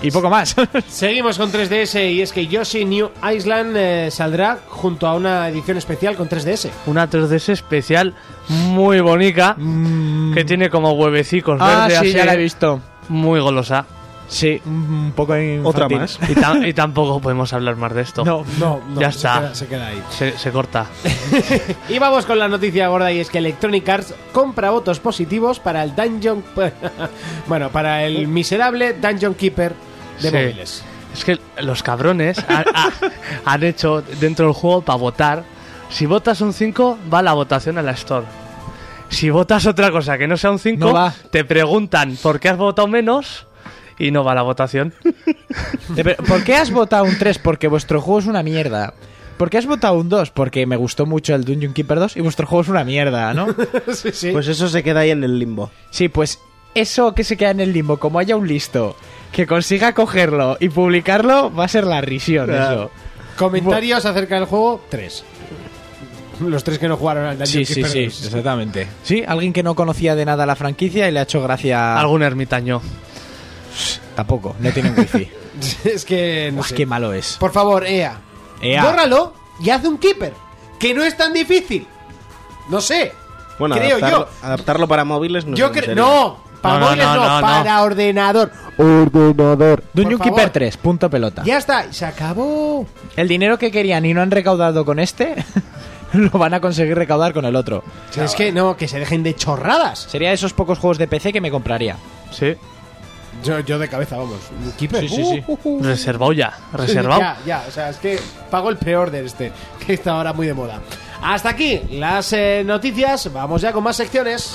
S4: Y
S5: *laughs*
S4: poco más.
S2: Seguimos con 3DS y es que Yoshi New Island eh, saldrá junto a una edición especial con 3DS.
S5: Una 3DS especial muy bonita
S4: Mm.
S5: que tiene como huevecicos
S4: Ah,
S5: verdes así,
S4: visto.
S5: muy golosa.
S4: eh. Sí, un poco infantil.
S6: Otra más.
S5: Y, tam- y tampoco podemos hablar más de esto.
S4: No,
S2: No, no,
S5: Ya
S2: se
S5: está.
S2: queda- se queda ahí.
S5: Se, se corta.
S2: Y vamos con la noticia gorda y es que Electronic Arts compra votos positivos para el Dungeon... *laughs* bueno, para el miserable Dungeon Keeper de
S5: Sí.
S2: móviles.
S5: Es que los cabrones ha- ha- han hecho dentro del juego para votar. Si votas un 5, va la votación a la Store. Si votas otra cosa que no sea un 5,
S4: No va.
S5: te preguntan por qué has votado menos y no va la votación.
S4: De ver- Eh, ¿Por qué has votado un 3? Porque vuestro juego es una mierda. ¿Por qué has votado un 2? Porque me gustó mucho el Dungeon Keeper 2 y vuestro juego es una mierda,
S2: *laughs*
S4: ¿no?
S6: Pues eso se queda ahí en el limbo.
S4: Sí, pues eso que se queda en el limbo, como haya un listo que consiga cogerlo y publicarlo, va a ser la risión eso.
S2: Comentarios acerca del juego, tres. Los tres que no jugaron al Dungeon
S4: Sí, sí,
S2: Keeper
S4: sí,
S2: 2.
S4: exactamente. Sí, alguien que no conocía de nada la franquicia y le ha hecho gracia...
S5: Algún ermitaño.
S4: Tampoco, no tienen
S2: *laughs*
S4: wifi.
S2: Es que no
S4: Buah,
S2: sé.
S4: qué malo es.
S2: Por favor, EA.
S4: Ea.
S2: Bórralo y haz un keeper. Que no es tan difícil. No sé.
S6: Bueno,
S2: creo
S6: adaptarlo,
S2: yo.
S6: adaptarlo para móviles no
S2: Yo
S6: sé, en
S2: creo.
S6: serio.
S2: No, para
S5: No, no,
S2: móviles
S5: no,
S2: no,
S5: no, no.
S2: para ordenador.
S4: Dungeon
S2: por favor.
S4: Keeper 3, punto pelota.
S2: Ya está, y se acabó.
S4: El dinero que querían y no han recaudado con este, *laughs* lo van a conseguir recaudar con el otro.
S2: O sea, es que no, que se dejen de chorradas.
S4: Sería de esos pocos juegos de PC que me compraría.
S5: Sí.
S2: Yo, yo de cabeza, vamos. Un Keeper.
S4: Sí, sí, sí.
S2: Uh, uh, uh.
S5: Reservado ya. Reservado.
S2: Ya, ya, o sea, es que pago el pre-order este, que está ahora muy de moda. Hasta aquí las eh, noticias, vamos ya con más secciones.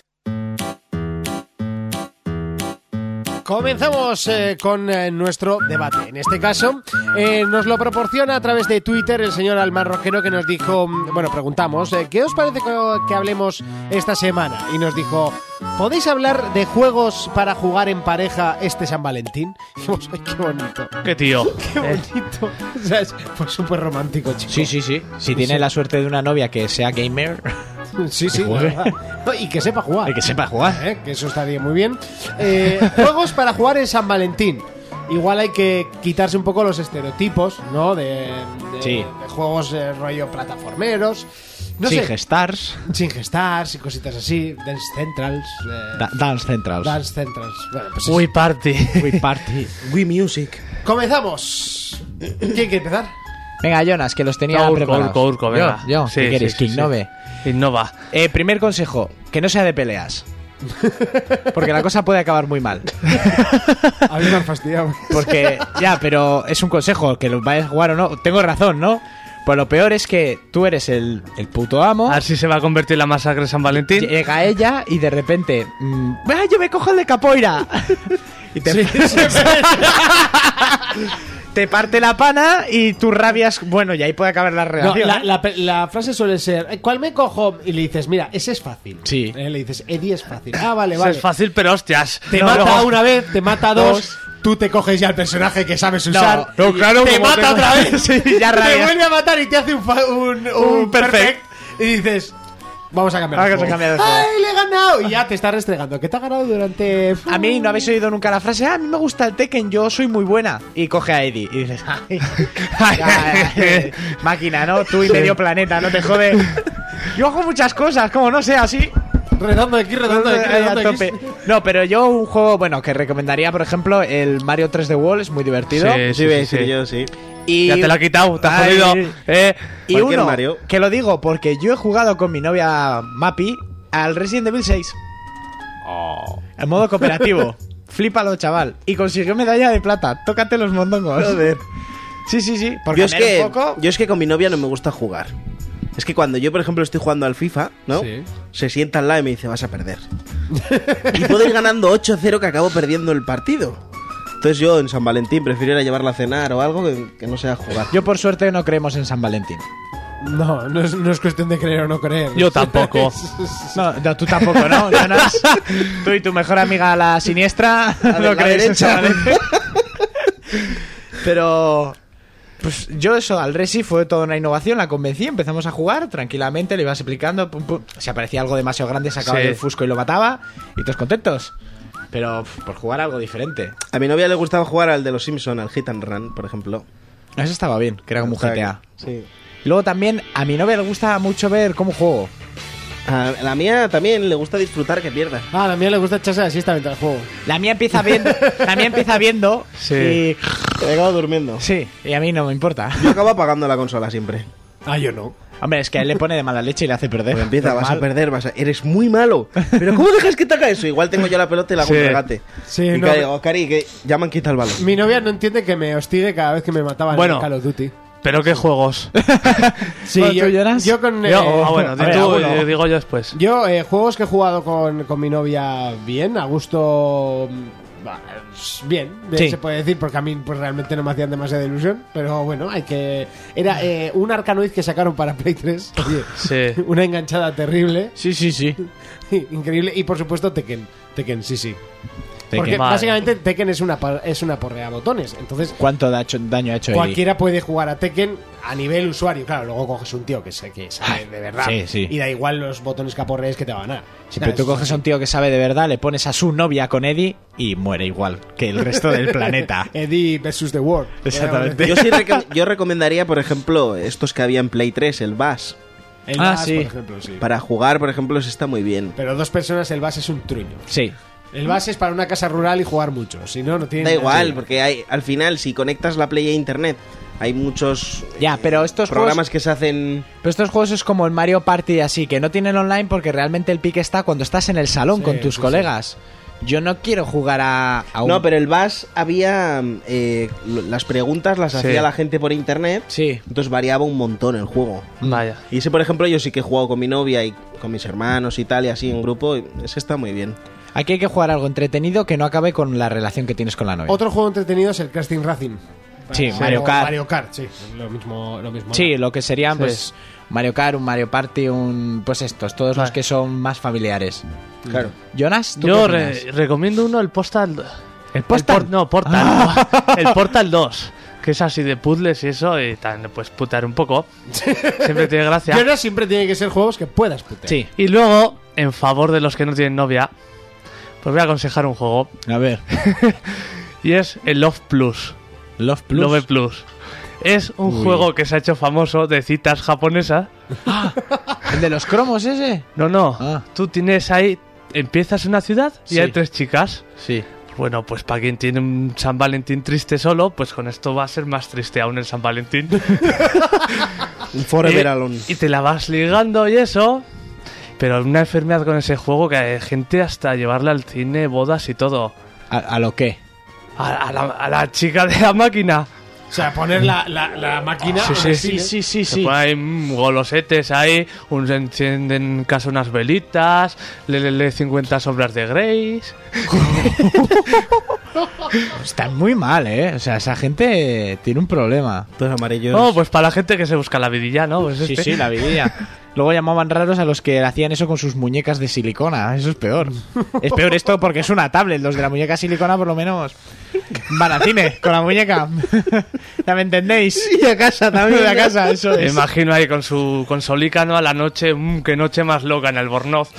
S2: Comenzamos eh, con eh, nuestro debate. En este caso, eh, nos lo proporciona a través de Twitter el señor Almar Rojero que nos dijo, mm, bueno, preguntamos, eh, ¿qué os parece que, que hablemos esta semana? Y nos dijo, ¿podéis hablar de juegos para jugar en pareja este San Valentín? *laughs* Y dijimos, "Ay, qué bonito,
S5: Qué tío.
S2: qué bonito. *laughs* O sea, es- fue súper romántico, chicos.
S4: Eh. Sí, sí, sí.
S2: Pues
S4: Si tiene la suerte de una novia que sea gamer,
S2: *laughs* Sí, sí,
S4: juegue.
S2: la verdad. *laughs* Y que sepa jugar.
S4: y que sepa jugar.
S2: Eh, Que eso estaría muy bien. Eh, juegos para jugar en San Valentín. Igual hay que quitarse un poco los estereotipos, ¿no? De, de-
S4: Sí.
S2: de juegos eh, rollo plataformeros. No
S4: Sí,
S2: sé.
S4: Stars,
S2: Ching Stars y cositas así. Dance Centrals. eh,
S4: Da- Dance Centrals,
S2: Dance Centrals. Bueno, pues
S5: Uy,
S2: eso.
S5: party.
S4: Wii Party.
S6: Wii Music.
S2: Comenzamos. ¿Quién quiere empezar?
S4: Venga, Jonas, que los
S5: *laughs*
S4: tenía
S5: Urco,
S4: preparados.
S5: Urco, Urco,
S4: Yo,
S5: venga.
S4: yo,
S5: Sí,
S4: ¿qué
S5: sí,
S4: queréis?
S5: sí,
S4: que
S5: sí.
S4: innove.
S5: Innova.
S4: Eh, primer consejo, que no sea
S2: *laughs*
S4: de peleas. Porque la cosa puede acabar muy mal.
S2: A mí me han fastidiado.
S4: Porque, ya, pero es un consejo, que lo vayas a jugar o no. Tengo razón, ¿no? Pues lo peor es que tú eres el, el puto amo.
S5: Así se va a convertir la masacre de San Valentín.
S4: Llega ella y de repente. mm, ¡Ah, yo me cojo el de capoeira! y te, *laughs* te parte la pana y tu rabias. Bueno, y ahí puede acabar la
S2: No,
S4: relación.
S2: la,
S4: ¿eh?
S2: la pe- la frase suele ser, "Eh, ¿cuál me cojo? Y le dices, mira, ese es fácil.
S4: Sí.
S2: Eh, le dices, Eddie es fácil. Ah, vale,
S5: Eso
S2: vale.
S5: Es fácil, pero hostias.
S2: Te
S5: No,
S2: mata
S5: luego-
S2: una vez, te mata dos, tú te coges ya el personaje que sabes usar.
S4: no, claro,
S2: te
S4: como
S2: mata
S4: tengo- *laughs*
S2: otra vez.
S4: Sí, ya
S2: Te
S4: rabias.
S2: vuelve a matar y te hace un, fa- un, un
S4: Un
S2: perfect.
S4: perfect.
S2: Y dices, vamos a cambiar. de
S4: Vamos a
S2: juego.
S4: cambiar de juego.
S2: ¡Ay, le he ganado! Y ya te está restregando. ¿Qué te ha ganado durante.?
S4: A mí no habéis oído nunca la frase, "Ah, a mí me gusta el Tekken, yo soy muy buena. Y coge a Eddie y dices,
S2: *laughs*
S4: "Ay, ay, ay, ay, máquina, ¿no? Tú y medio planeta, no te jode. Yo hago muchas cosas, como no sea así.
S2: Redondo de aquí, redondo
S6: *laughs*
S2: de aquí,
S4: Ahí eh, a
S2: redondo de aquí.
S4: tope.
S2: *laughs*
S4: No, pero yo un juego, bueno, que recomendaría, por ejemplo, el Mario 3 d Wall, es muy divertido.
S5: Sí,
S6: Sí,
S5: sí,
S6: voy a
S5: sí,
S6: decir
S5: sí.
S6: yo, sí.
S4: Y
S5: Ya te la ha quitado, te has
S4: Ay.
S5: jodido. *laughs* Eh,
S4: Y
S6: Cualquier
S4: uno,
S6: Mario.
S4: que lo digo porque yo he jugado con mi novia Mappy al Resident Evil 6.
S6: Oh.
S4: En modo
S6: *laughs*
S4: cooperativo. Flípalo, chaval. Y consiguió medalla de plata. Tócate los mondongos. Sí, sí, sí. Por
S6: Yo es,
S4: cambiar
S6: que,
S4: un poco.
S6: yo es que con mi novia no me gusta jugar. Es que cuando yo, por ejemplo, estoy jugando al FIFA, ¿no? Se sienta al lado y me dice, vas a perder. *laughs* y puedo ir ganando 8-0 que acabo perdiendo el partido. Entonces yo en San Valentín prefiero ir a llevarla a cenar o algo que, que no sea jugar.
S4: Yo, por suerte, no creemos en San Valentín.
S2: No, no es, no es cuestión de creer o no creer.
S5: Yo tampoco.
S4: No, no, tú tampoco, ¿no? *laughs* Jonas? tú y tu mejor amiga, la siniestra,
S6: La de
S4: no
S6: la
S4: creéis en
S6: derecha.
S4: San Valentín. *laughs* Pero. Pues yo eso, al Resi fue toda una innovación, la convencí, empezamos a jugar tranquilamente, le ibas explicando, pum, pum. si aparecía algo demasiado grande sacaba
S5: Sí.
S4: el fusco y lo mataba, y todos contentos. Pero pf, por jugar algo diferente.
S6: A mi novia le gustaba jugar al de los Simpson, al Hit and Run, por ejemplo.
S4: Eso estaba bien, que era como un
S6: O sea,
S4: GTA.
S6: Sí.
S4: Luego también, a mi novia le gusta mucho ver cómo juego.
S6: A la mía también le gusta disfrutar que pierda.
S2: Ah, a la mía le gusta echarse así esta mientras juego.
S4: La mía empieza viendo, la mía empieza viendo,
S5: Sí.
S4: y
S6: Te acabo durmiendo.
S4: Sí, y a mí no me importa.
S6: Yo acabo apagando la consola siempre.
S2: Ah, yo no.
S4: *laughs* Hombre, es que a él le pone de mala leche y le hace perder.
S6: Pues empieza, vas a
S4: Normal.
S6: perder, vas a... Eres muy malo. Pero ¿cómo dejas que te haga eso? Igual tengo yo la pelota y la hago
S5: Sí.
S6: un regate.
S2: Sí,
S6: y
S2: no.
S6: Cari, digo, Cari, que ya me han quitado el balón.
S2: Mi novia no entiende que me hostigue cada vez que me mataban
S5: Bueno.
S2: en Call of Duty.
S5: Pero qué *laughs* juegos.
S2: Sí,
S4: Bueno,
S2: yo,
S4: ¿tú lloras?
S2: yo con... eh,
S5: Yo- ah,
S2: *laughs*
S5: bueno,
S4: a
S5: tú-
S4: ver, abuelo.
S5: yo digo yo después.
S2: Yo, eh, juegos que he jugado con, con mi novia bien, a gusto. mm, bah, s- Bien, bien
S4: Sí.
S2: se puede decir, porque a mí pues, realmente no me hacían demasiada ilusión. Pero bueno, hay que. Era eh, un Arcanoid que sacaron para Play 3. *laughs* oye,
S5: Sí.
S2: Una enganchada terrible, *laughs*
S4: Sí, sí, sí.
S2: increíble. Y por supuesto, Tekken. Tekken, sí, sí. Porque
S5: Vale.
S2: básicamente Tekken es una, pa- es una porrea de botones. Entonces,
S4: ¿Cuánto da- daño ha hecho Eri?
S2: Cualquiera puede jugar a Tekken a nivel usuario. Claro, luego coges un tío que sé que sabe de verdad.
S4: sí, sí.
S2: Y da igual los botones caporrees que te van a dar.
S4: Si pero tú coges a un tío que sabe de verdad, le pones a su novia con Eddie y muere igual que el resto del *laughs* planeta.
S2: Eddie versus The World.
S4: Exactamente.
S6: Yo, sí recom- yo recomendaría, por ejemplo, estos que había en Play 3, el Bass.
S2: El
S4: Ah,
S2: Bass,
S4: sí.
S2: por ejemplo, sí.
S6: Para jugar, por ejemplo, se está muy bien.
S2: Pero dos personas, el base es un truño.
S4: Sí.
S2: El base es para una casa rural y jugar mucho. Si no, no tiene.
S6: Da
S2: nada
S6: igual,
S2: que ver.
S6: porque hay, al final, si conectas la Play a Internet, hay muchos
S4: Ya,
S6: eh,
S4: pero estos
S6: programas
S4: juegos-
S6: que se hacen...
S4: Pero estos juegos es como el Mario Party y así, que no tienen online porque realmente el pique está cuando estás en el salón
S2: Sí,
S4: con tus
S2: sí,
S4: colegas. Yo no quiero jugar a, a un...
S6: No, pero el Bass había... eh, lo- las preguntas las
S5: Sí.
S6: hacía la gente por Internet.
S4: Sí.
S6: Entonces variaba un montón el juego.
S5: Vaya.
S6: Y ese, por ejemplo, yo sí que he jugado con mi novia y con mis hermanos y tal, y así en grupo. y Ese está muy bien.
S4: Aquí hay que jugar algo entretenido que no acabe con la relación que tienes con la novia.
S2: Otro juego entretenido es el Casting Racing.
S4: Sí,
S2: Para-
S4: Mario
S2: o
S4: Kart.
S2: Mario Kart, sí. Lo mismo. Lo mismo
S4: Sí, lo que serían
S5: Sí.
S4: pues Mario Kart, un Mario Party, un... Pues estos, todos los
S5: Vale.
S4: que son más familiares.
S6: Claro.
S4: Jonas, ¿tú qué
S5: Yo
S4: opinas?
S5: re- recomiendo uno, el Postal. ¿El
S4: Postal?
S5: por- no, Portal. Ah. el *laughs* Portal 2. Que es así de puzzles y eso, y tan, pues putar un poco. Siempre tiene *laughs* gracia.
S2: Pero siempre tiene que ser juegos que puedas putear.
S4: Sí.
S5: Y luego, en favor de los que no tienen novia, pues voy a aconsejar un juego.
S4: A ver.
S5: Y es el Love Plus.
S4: Love Plus.
S5: Love Plus. Es un juego que se ha hecho famoso de citas japonesas.
S4: ¿El de los cromos ese?
S5: No, no.
S4: Ah.
S5: Tú tienes ahí. Empiezas una ciudad y
S4: Sí.
S5: hay tres chicas.
S4: Sí.
S5: Bueno, pues para quien tiene un San Valentín triste solo, pues con esto va a ser más triste aún el San
S4: *laughs*
S5: Valentín.
S6: Un Forever
S5: Y-
S6: Alone.
S5: Y te la vas ligando y eso. Pero una enfermedad con ese juego que hay gente hasta llevarla al cine, bodas y todo.
S4: ¿A, a lo qué?
S5: A, a la, a la chica de la máquina.
S2: O sea, poner la, la, la máquina. en el cine.
S5: sí, sí. Hay golosetes ahí, un, se encienden en casa unas velitas, le, le, le 50 sombras de Grace.
S4: Están muy mal, ¿eh? O sea, esa gente tiene un problema.
S6: Todos amarillos.
S5: No, pues para la gente que se busca la vidilla, ¿no? Pues
S4: Sí,
S5: este.
S4: sí, la vidilla. Luego llamaban raros a los que hacían eso con sus muñecas de silicona. Eso es peor. Es peor esto porque es una tablet. Los de la muñeca silicona, por lo menos, van al cine con la muñeca. *laughs* ¿Ya me entendéis? Y a casa también. *laughs* a casa, eso
S5: Me
S4: es.
S5: imagino ahí con su con su lícano a la noche, mm, qué noche más loca en *laughs* Albornoz.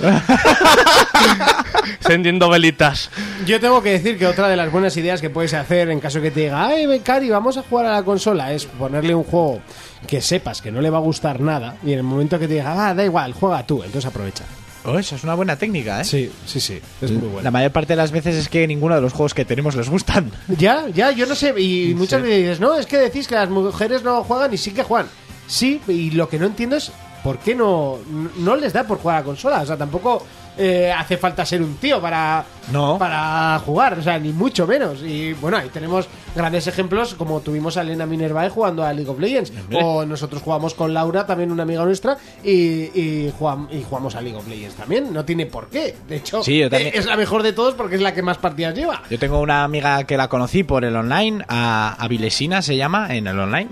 S5: Encendiendo velitas.
S2: Yo tengo que decir que otra de las buenas ideas que puedes hacer en caso que te diga, ay, Becari, vamos a jugar a la consola, es ponerle un juego que sepas que no le va a gustar nada y en el momento que te diga, ah, da igual, juega tú, entonces aprovecha.
S4: Oh, eso es una buena técnica, ¿eh?
S2: Sí, sí, sí, es muy
S4: La
S2: bueno.
S4: mayor parte de las veces es que ninguno de los juegos que tenemos les gustan.
S2: Ya, ya, yo no sé, y muchas veces dices, no, es que decís que las mujeres no juegan y sí que juegan. Sí, y lo que no entiendo es por qué no, no les da por jugar a la consola, o sea, tampoco... eh, hace falta ser un tío para
S4: No.
S2: para jugar, o sea, ni mucho menos. Y bueno, ahí tenemos grandes ejemplos, como tuvimos a Elena Minervae jugando a League of Legends, o nosotros jugamos con Laura, también una amiga nuestra, y, y, jugam- y jugamos a League of Legends también. No tiene por qué, de hecho,
S4: Sí, yo también.
S2: eh, es la mejor de todos porque es la que más partidas lleva.
S4: Yo tengo una amiga que la conocí por el online, a, a Vilesina se llama, en el online,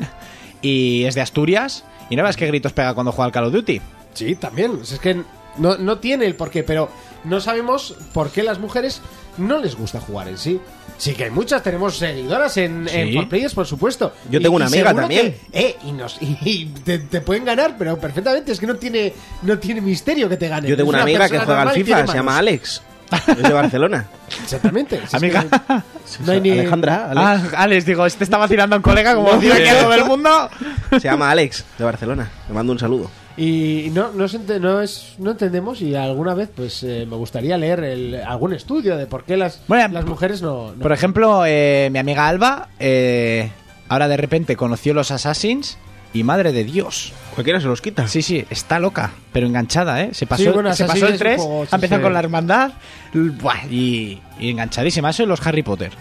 S4: y es de Asturias. Y no veas qué gritos pega cuando juega al Call of Duty.
S2: Sí, también, o sea, es que no, no tiene el por qué, pero no sabemos por qué las mujeres no les gusta jugar en sí. Sí que hay muchas, tenemos seguidoras en,
S4: Sí.
S2: en 4Players, por supuesto.
S6: Yo tengo una amiga
S2: seguro
S6: también.
S2: que- eh, y nos, y, y te, te pueden ganar, pero perfectamente, es que no tiene, no tiene misterio que te ganen.
S6: Yo tengo
S2: Es
S6: una, amiga que
S2: persona
S6: juega al
S2: normal y tiene
S6: FIFA, se llama
S2: manos.
S6: Alex. Es de Barcelona.
S2: Exactamente. si es que
S4: Amiga.
S2: *laughs*
S6: *laughs*
S2: no hay ni-
S6: Alejandra, Alex.
S4: Ah, Alex, digo, este estaba tirando a un colega como tira aquí a todo el mundo.
S6: Se llama Alex, de Barcelona. Le mando un saludo.
S2: Y no, no, se ente- no, es, no entendemos y alguna vez pues eh, me gustaría leer el- algún estudio de por qué las,
S4: Bueno,
S2: las mujeres no... no-
S4: Por ejemplo, eh, mi amiga Alba, eh, ahora de repente conoció los Assassins Y madre de Dios.
S6: Cualquiera se los quita.
S4: Sí, sí, está loca, pero enganchada, ¿eh? Se pasó,
S2: Sí, bueno,
S4: se
S2: así
S4: pasó el
S2: es
S4: 3,
S2: un poco, sí,
S4: ha empezado
S2: sí.
S4: con la hermandad l- buah, y, y enganchadísima. Eso y los Harry Potter.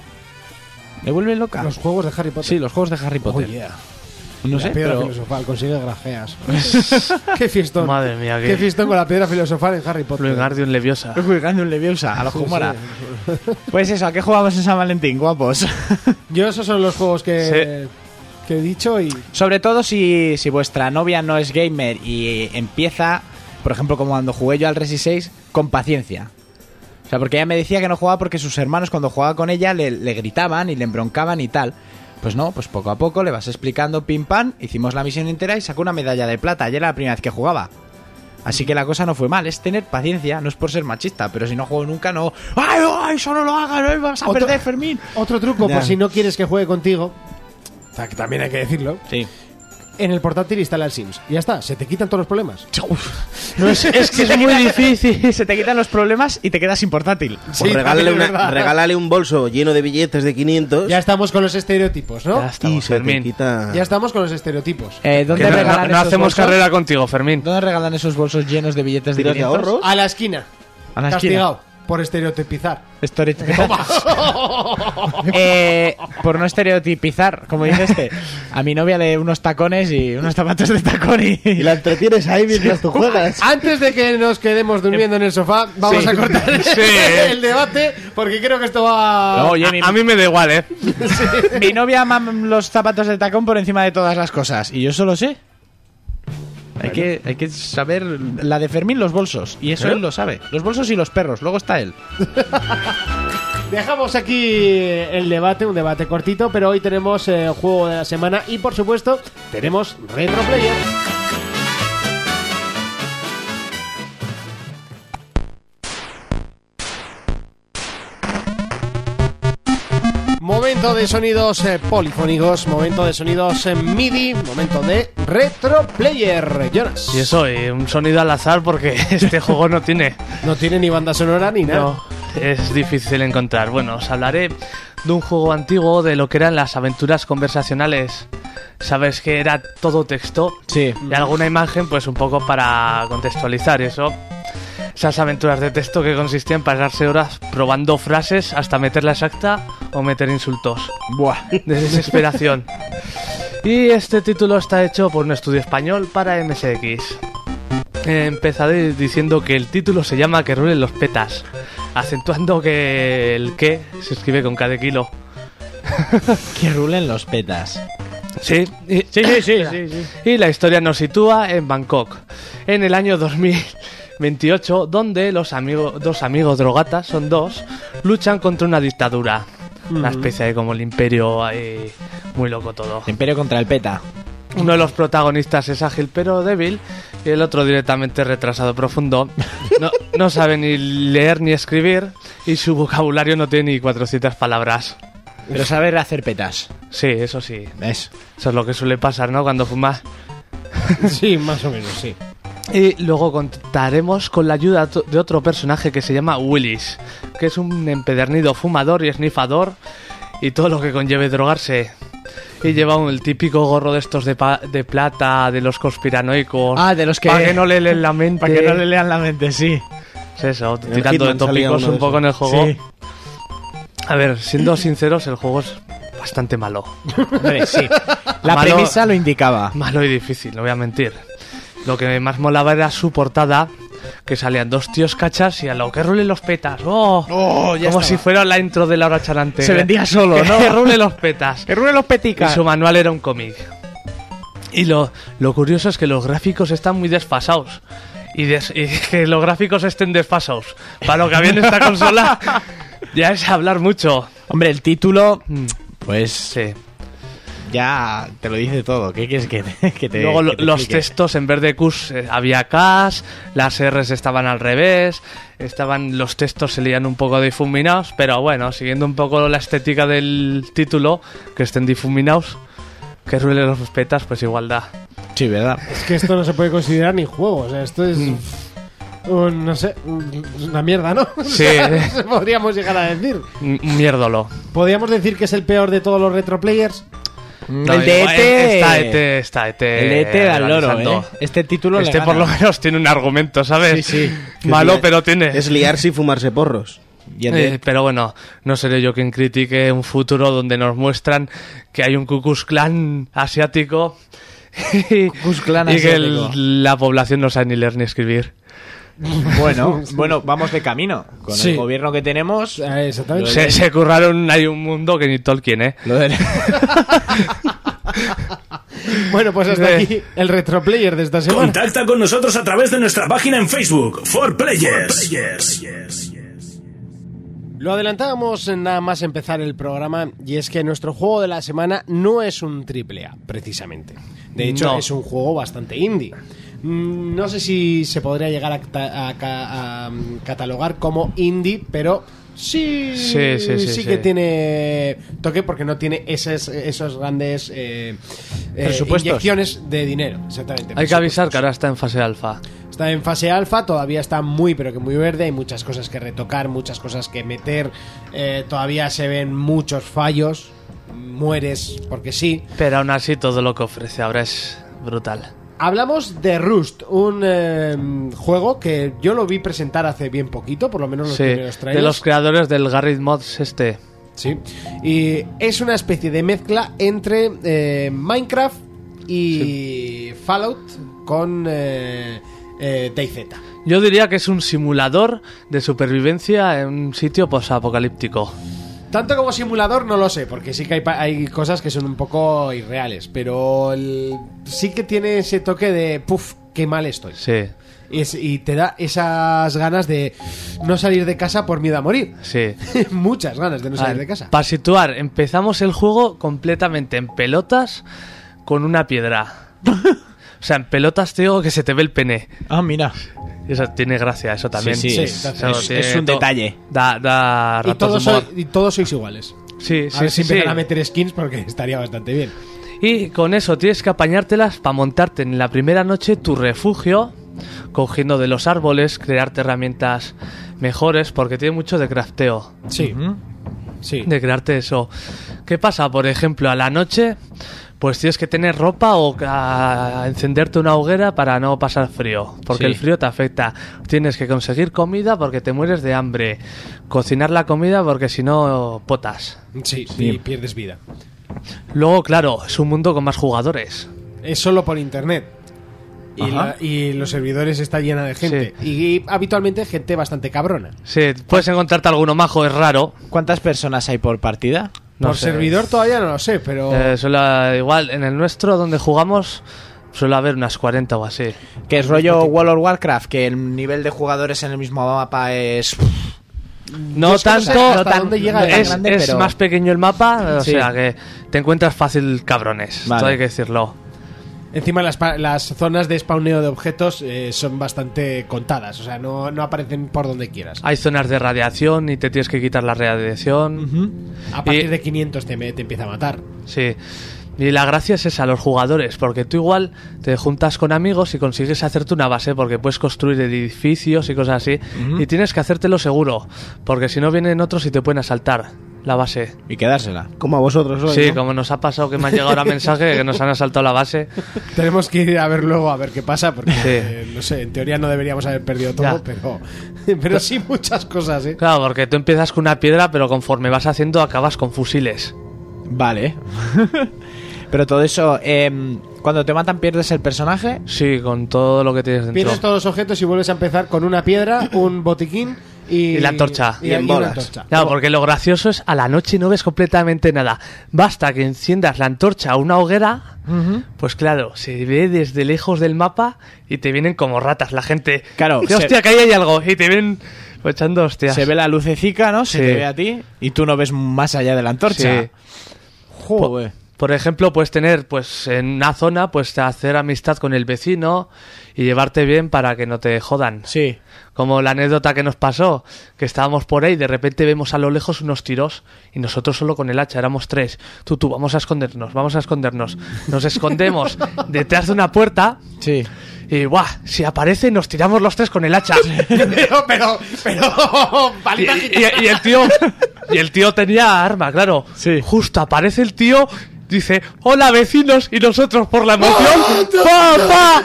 S4: Me vuelve loca.
S2: Los juegos de Harry Potter.
S4: Sí, los juegos de Harry
S2: Oh,
S4: Potter.
S2: yeah.
S4: No
S2: La
S4: sé,
S2: piedra
S4: pero
S2: filosofal, consigue grajeas.
S4: *laughs*
S2: qué fiestón.
S5: Madre mía,
S2: qué
S5: qué,
S2: fiestón con la piedra filosofal en Harry Potter.
S5: Lugardium Leviosa.
S4: Jugando un Leviosa *laughs* a los Jumora. Pues eso, ¿a qué jugamos en San Valentín, guapos?
S2: Yo esos son los juegos que, que he dicho y
S4: Sobre todo si, si vuestra novia no es gamer y empieza, por ejemplo, como cuando jugué yo al Resi 6, con paciencia. O sea, porque ella me decía que no jugaba porque sus hermanos cuando jugaba con ella le, le gritaban y le embroncaban y tal. Pues no, pues poco a poco le vas explicando pim pam, hicimos la misión entera y sacó una medalla de plata. Ayer era la primera vez que jugaba. Así que la cosa no fue mal, es tener paciencia, no es por ser machista, pero si no juego nunca no... ¡Ay, ay, eso no lo hagas! no vas a
S2: Otro-
S4: perder, Fermín!
S2: Otro truco,
S6: Ya.
S2: por si no quieres que juegue contigo, o sea, que también hay que decirlo,
S4: Sí.
S2: en el portátil instala el Sims. Ya está, se te quitan todos los problemas.
S4: No, es, que es muy difícil. *laughs* Se te quitan los problemas y te quedas sin portátil.
S2: *laughs*
S6: Pues regálale,
S2: también es
S6: una-
S2: verdad.
S6: regálale un bolso lleno de billetes de 500
S2: Ya estamos con los estereotipos, ¿no?
S5: Ya
S2: Ya,
S6: y
S5: estamos,
S6: se te
S5: Fermín.
S6: quita.
S2: estamos con los estereotipos.
S4: Eh,
S5: Que
S4: ¿Dónde
S5: no- no
S4: regalan
S5: no
S4: esos
S5: hacemos
S4: bolsos?
S5: carrera contigo, Fermín.
S4: ¿Dónde regalan esos bolsos llenos de billetes de
S6: tiras de
S4: 500?
S6: ahorro.
S2: A la esquina.
S4: Ah. A la esquina.
S2: castigado por estereotipizar.
S4: Estereotipizar. *laughs* Eh, por no estereotipizar, como dice este. A mi novia le unos tacones y unos zapatos de tacón y...
S6: Y
S4: *laughs*
S6: la entretienes ahí mientras
S5: *laughs*
S6: tú juegas.
S2: Antes de que nos quedemos durmiendo en el sofá, vamos a cortar el,
S5: Sí.
S2: *laughs* el debate porque creo que esto va.
S4: No, oye, mi,
S5: A, a mí me da igual, ¿eh?
S4: mi novia ama los zapatos de tacón por encima de todas las cosas. Y yo solo sé. Hay que, hay que saber ¿Eh? la de Fermín, los bolsos. Y eso él lo sabe. Los bolsos y los perros. Luego está él.
S2: Dejamos aquí el debate, un debate cortito, pero hoy tenemos eh, juego de la semana y por supuesto tenemos Retro Player. Momento de sonidos eh, polifónicos, momento de sonidos eh, MIDI, momento de Retro Player. Jonas.
S5: Y eso, y un sonido al azar porque *laughs* este juego no tiene.
S2: No tiene ni banda sonora ni nada.
S5: No, es difícil encontrar. Bueno, os hablaré de un juego antiguo, de lo que eran las aventuras conversacionales. Sabes que era todo texto
S4: Sí.
S5: y alguna imagen, pues un poco para contextualizar eso. Esas aventuras de texto que consistían en pasarse horas probando frases hasta meter la exacta o meter insultos.
S4: Buah.
S5: de desesperación. Y este título está hecho por un estudio español para MSX. Eh, Empezaré diciendo que el título se llama Que rulen los petas, acentuando que el que se escribe con cada kilo.
S4: Que rulen los petas.
S5: Sí, y,
S4: Sí, sí,
S5: *laughs*
S4: sí.
S5: y la historia nos sitúa en Bangkok, en el año 2028, donde los amigos, dos amigos drogatas, son dos, luchan contra una dictadura.
S4: Mm.
S5: Una especie de como el imperio, ahí, muy loco todo.
S4: Imperio contra el peta.
S5: Uno de los protagonistas es ágil pero débil y el otro directamente retrasado profundo. No, no sabe ni leer ni escribir y su vocabulario no tiene ni 400 palabras.
S4: Pero saber hacer petas.
S5: Sí, eso sí.
S4: ¿Ves?
S5: Eso es lo que suele pasar, ¿no? Cuando fumas.
S2: Sí, más o menos, sí.
S5: Y luego contaremos con la ayuda to- de otro personaje que se llama Willis, que es un empedernido fumador y snifador y todo lo que conlleve drogarse. Y lleva un, el típico gorro de estos de, pa- de plata, de los conspiranoicos.
S4: Ah, de los que-
S5: Para que no le
S4: *laughs*
S5: leen la mente.
S4: *laughs* Para que no le lean la mente, sí.
S5: Es eso,
S6: el
S5: tirando de
S6: Hitman salía
S5: tópicos
S6: uno de
S5: un
S6: esos.
S5: poco en el juego.
S4: Sí.
S5: A ver, siendo sinceros, el juego es bastante malo.
S4: Hombre, *laughs* sí. La
S5: Malo-
S4: premisa lo indicaba.
S5: Malo y difícil, no voy a mentir. Lo que más molaba era su portada, que salían dos tíos cachas y a lo que rulen los petas. ¡Oh!
S4: Oh, ya
S5: Como
S4: estaba.
S5: si fuera la intro de la hora charante.
S4: Se vendía solo,
S5: *laughs* Que-
S4: ¿no?
S5: Que
S4: *laughs*
S5: rulen los petas.
S4: Que rulen los
S5: Y
S4: peticas.
S5: su manual era un cómic. Y lo, lo curioso es que los gráficos están muy desfasados. Y, des- y *laughs* que los gráficos estén desfasados. Para lo que había en esta
S4: *laughs*
S5: consola, ya es hablar mucho.
S4: Hombre, el título.
S5: Mm,
S4: Pues
S5: Sí.
S4: ya te lo dice todo. ¿Qué quieres que te, que te-
S5: Luego lo-
S4: Este, que te
S5: los
S4: explique?
S5: textos en vez de Qs eh, había Ks, las Rs estaban al revés, estaban los textos se leían un poco difuminados, pero bueno, siguiendo un poco la estética del título, que estén difuminados, que ruelen los petas, pues igualdad.
S4: Sí, ¿verdad?
S2: Es que esto no se puede considerar ni juego, o sea, esto es. un- no sé, un- una mierda, ¿no? *laughs* O
S5: Sí.
S2: sea, podríamos llegar a decir.
S5: M- Mierdolo.
S2: Podríamos decir que es el peor de todos los retro players.
S5: No,
S4: Mm, el de
S5: igual,
S4: ET.
S5: Está ET, está ET.
S4: El de ET da el loro,
S5: analizando.
S4: ¿eh? Este título le
S5: Este
S4: gana.
S5: por lo menos tiene un argumento, ¿sabes?
S4: Sí, sí.
S5: Malo, pero tiene.
S6: Es liarse y fumarse porros.
S4: Y el de-
S5: Eh, pero bueno, no seré yo quien critique un futuro donde nos muestran que hay un Cucus Clan asiático *laughs* y,
S4: Klux Klan
S5: y que el-
S4: asiático.
S5: la población no sabe ni leer ni escribir. *laughs*
S4: Bueno, bueno, vamos de camino. Con
S2: Sí.
S4: el gobierno que tenemos.
S2: Ah, Exactamente.
S5: Se, se curraron, hay un mundo que ni Tolkien, ¿eh?
S4: Lo
S5: *laughs*
S4: del-
S2: Bueno, pues hasta
S5: Eh.
S2: aquí el retroplayer de esta semana.
S1: Contacta con nosotros a través de nuestra página en Facebook, For Players.
S2: Lo adelantábamos nada más empezar el programa y es que nuestro juego de la semana no es un triple A, precisamente. De hecho,
S5: No.
S2: es un juego bastante indie. Mm, No sé si se podría llegar a, cata- a ca- a, mm, catalogar como indie, pero sí,
S5: Sí, sí, sí, sí.
S2: que tiene toque porque no tiene esas, esos grandes eh, eh,
S4: Presupuestos.
S2: inyecciones de dinero. Exactamente.
S5: Hay que
S2: presupuestos.
S5: avisar que ahora está en fase alfa.
S2: Está en fase alfa, todavía está muy pero que muy verde, hay muchas cosas que retocar, muchas cosas que meter, eh, todavía se ven muchos fallos, mueres porque sí.
S5: Pero aún así todo lo que ofrece ahora es brutal.
S2: Hablamos de Rust, un eh, juego que yo lo vi presentar hace bien poquito, por lo menos los
S5: Sí,
S2: primeros
S5: de
S2: trailers.
S5: los creadores del Garry's Mods este.
S2: Sí. Y es una especie de mezcla entre eh, Minecraft y Fallout con eh, eh, DayZ.
S5: Yo diría que es un simulador de supervivencia en un sitio posapocalíptico.
S2: Tanto como simulador no lo sé, porque sí que hay, pa- hay cosas que son un poco irreales, pero el- sí que tiene ese toque de, puff, qué mal estoy.
S5: Sí,
S2: Y, es- y te da esas ganas de no salir de casa por miedo a morir. *laughs*
S5: sí.
S2: Muchas ganas de no salir
S5: Ah,
S2: de casa.
S5: Para situar, empezamos el juego completamente en pelotas con una
S4: *laughs*
S5: piedra. o sea, en pelotas te digo que se te ve el pene.
S4: Ah, mira.
S5: Eso tiene gracia, eso también.
S4: Sí, sí,
S2: Sí,
S4: es,
S2: entonces-
S5: Eso
S4: es-
S5: tiene
S4: es un
S5: to-
S4: detalle.
S5: Da, da
S2: Y
S5: ratos
S2: todos,
S5: de humor.
S2: sois- y todos sois iguales.
S5: Sí,
S2: a ver si
S5: sí, sí.
S2: empiezan
S5: sí.
S2: a meter skins porque *laughs* estaría bastante bien.
S5: Y con eso tienes que apañártelas para montarte en la primera noche tu refugio, cogiendo de los árboles, crearte herramientas mejores, porque tiene mucho de crafteo.
S2: Sí. Sí.
S5: de crearte eso. ¿Qué pasa? Por ejemplo, a la noche, pues tienes que tener ropa o a- encenderte una hoguera para no pasar frío, porque
S4: Sí.
S5: el frío te afecta. Tienes que conseguir comida porque te mueres de hambre, cocinar la comida porque si no potas.
S2: Sí, y pierdes vida.
S5: Luego, claro, es un mundo con más jugadores.
S2: Es solo por internet. Y,
S4: Ajá.
S2: la- y los servidores está llena de gente. Y habitualmente gente bastante cabrona.
S5: Sí, puedes encontrarte alguno majo, es raro.
S4: ¿Cuántas personas hay por partida?
S5: No
S2: por
S5: sé.
S2: servidor todavía no lo sé, pero.
S5: Eh, suele- igual, en el nuestro donde jugamos suele haber unas 40 o así.
S4: Que es rollo World of Warcraft, que el nivel de jugadores en el mismo mapa es.
S5: No
S2: es que no sé
S5: tanto,
S2: hasta
S5: tan-
S2: dónde llega
S4: el
S5: es,
S4: grande,
S5: es
S4: pero-
S5: más pequeño el mapa, o
S4: Sí.
S5: sea que te encuentras fácil cabrones,
S4: Vale.
S5: todo hay que decirlo.
S2: Encima las, pa- las zonas de spawneo de objetos eh, son bastante contadas. O sea, no, no aparecen por donde quieras.
S5: Hay zonas de radiación y te tienes que quitar la radiación.
S2: A partir
S5: y-
S2: de 500 te, me- te empieza a matar.
S5: Sí. Y la gracia es esa, los jugadores, porque tú igual te juntas con amigos y consigues hacerte una base, porque puedes construir edificios y cosas así, y tienes que hacértelo seguro, porque si no vienen otros y te pueden asaltar la base.
S4: Y quedársela.
S6: Como a vosotros hoy,
S5: Sí,
S6: ¿no?
S5: como nos ha pasado que me han llegado ahora mensaje que nos han asaltado la base.
S2: Tenemos que ir a ver luego a ver qué pasa, porque
S5: Sí.
S2: eh, no sé, en teoría no deberíamos haber perdido
S5: Ya.
S2: todo, pero, *laughs* pero sí muchas cosas, ¿eh?
S5: Claro, porque tú empiezas con una piedra, pero conforme vas haciendo acabas con fusiles.
S4: Vale. *laughs* Pero todo eso, em, cuando te matan pierdes el personaje.
S5: Sí, con todo lo que tienes dentro.
S2: Pierdes todos los objetos y vuelves a empezar con una piedra, un botiquín y,
S5: Y la antorcha.
S2: Y,
S6: Y en
S2: y una
S6: bolas.
S2: antorcha.
S5: Claro, porque lo gracioso es a la noche no ves completamente nada. Basta que enciendas la antorcha a una hoguera, pues claro, se ve desde lejos del mapa y te vienen como ratas la gente.
S4: Claro,
S5: Dice,
S4: se-
S5: hostia, que ahí hay algo. Y te vienen echando hostias.
S4: Se ve la lucecica, ¿no? Se
S5: Sí.
S4: te ve a ti. Y tú no ves más allá de la antorcha.
S5: Sí.
S4: Joder.
S5: Por ejemplo, puedes tener, pues en una zona, pues hacer amistad con el vecino y llevarte bien para que no te jodan.
S4: Sí.
S5: Como la anécdota que nos pasó, que estábamos por ahí, de repente vemos a lo lejos unos tiros y nosotros solo con el hacha, éramos tres. Tú, tú, vamos a escondernos, vamos a escondernos. Nos escondemos detrás de una puerta
S4: Sí.
S5: y, ¡buah! Si aparece, nos tiramos los tres con el hacha.
S2: Pero, pero, pero,
S5: Y,
S2: palita
S5: y- y el tío y el tío tenía arma, claro.
S4: Sí.
S5: Justo aparece el tío dice, hola vecinos, y nosotros por la emoción, ¡Papá!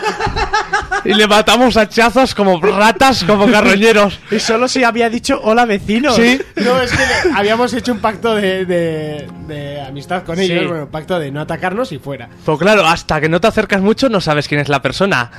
S5: Y le matamos a chazos como ratas, como carroñeros.
S4: Y solo si había dicho hola vecino.
S5: Sí,
S2: No, es que le- habíamos hecho un pacto de, de- de amistad con
S5: Sí.
S2: ellos, bueno, pacto de no atacarnos y fuera.
S5: pero Pues claro, hasta que no te acercas mucho no sabes quién es la persona.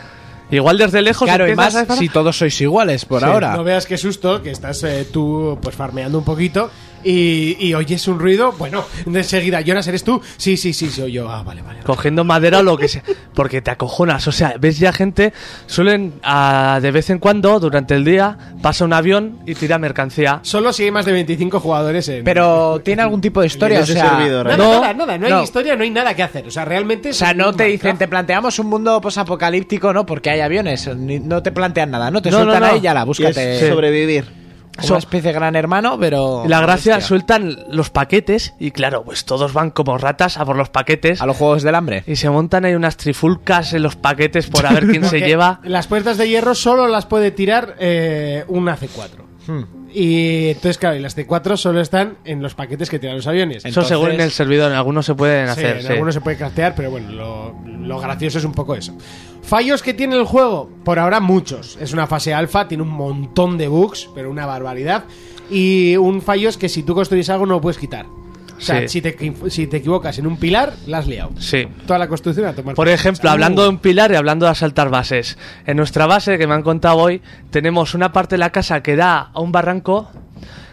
S5: Igual desde lejos
S4: Claro, y
S5: empiezas
S4: más
S5: a disparar.
S4: si todos sois iguales por
S2: Sí,
S4: ahora.
S2: No veas qué susto, que estás eh, tú pues farmeando un poquito y, y oyes un ruido, bueno, de enseguida, Jonas, ¿eres tú? Sí, sí, sí, soy yo. Ah, vale, vale.
S5: *laughs* cogiendo madera o lo que sea, porque te acojonas, o sea, ves ya gente, suelen ah, de vez en cuando, durante el día, pasa un avión y tira mercancía.
S2: Solo si hay más de 25 jugadores en...
S4: Pero tiene algún tipo de historia,
S6: de
S4: o
S6: ese
S4: sea,
S6: servidor,
S2: Nada,
S6: ¿eh?
S5: No,
S2: nada, nada, no hay
S4: no.
S2: historia, no hay nada que hacer. O sea, realmente...
S4: O sea, no te dicen, te planteamos un mundo posapocalíptico, no, porque hay aviones, ni- no te plantean nada, no te
S5: No, no,
S4: sueltan
S5: no.
S4: ahí ya la,
S6: Y
S4: búscate.
S6: es sobrevivir.
S4: Como una especie de gran hermano, pero.
S5: Y la gracia,
S4: Hostia.
S5: sueltan los paquetes y claro, pues todos van como ratas a por los paquetes
S4: A los juegos del hambre.
S5: y se montan ahí unas trifulcas en los paquetes por a ver
S4: *laughs*
S5: quién se
S2: Porque
S5: lleva.
S2: Las puertas de hierro solo las puede tirar eh, una C4.
S4: Hmm.
S2: Y entonces, claro, y las C4 solo están en los paquetes que tiran los aviones.
S5: Eso según en el servidor, en algunos se pueden
S2: Sí,
S5: hacer.
S2: en
S5: sí.
S2: algunos se puede craftear, pero bueno, lo, lo gracioso es un poco eso. Fallos que tiene el juego, por ahora muchos. Es una fase alfa, tiene un montón de bugs, pero una barbaridad. Y un fallo es que si tú construyes algo no lo puedes quitar. O sea,
S5: Sí.
S2: si, te, equi- si te equivocas en un pilar, la has liado.
S5: Sí.
S2: Toda la construcción a tomar.
S5: Por ejemplo, hablando de un pilar y hablando de asaltar bases. En nuestra base, que me han contado hoy, tenemos una parte de la casa que da a un barranco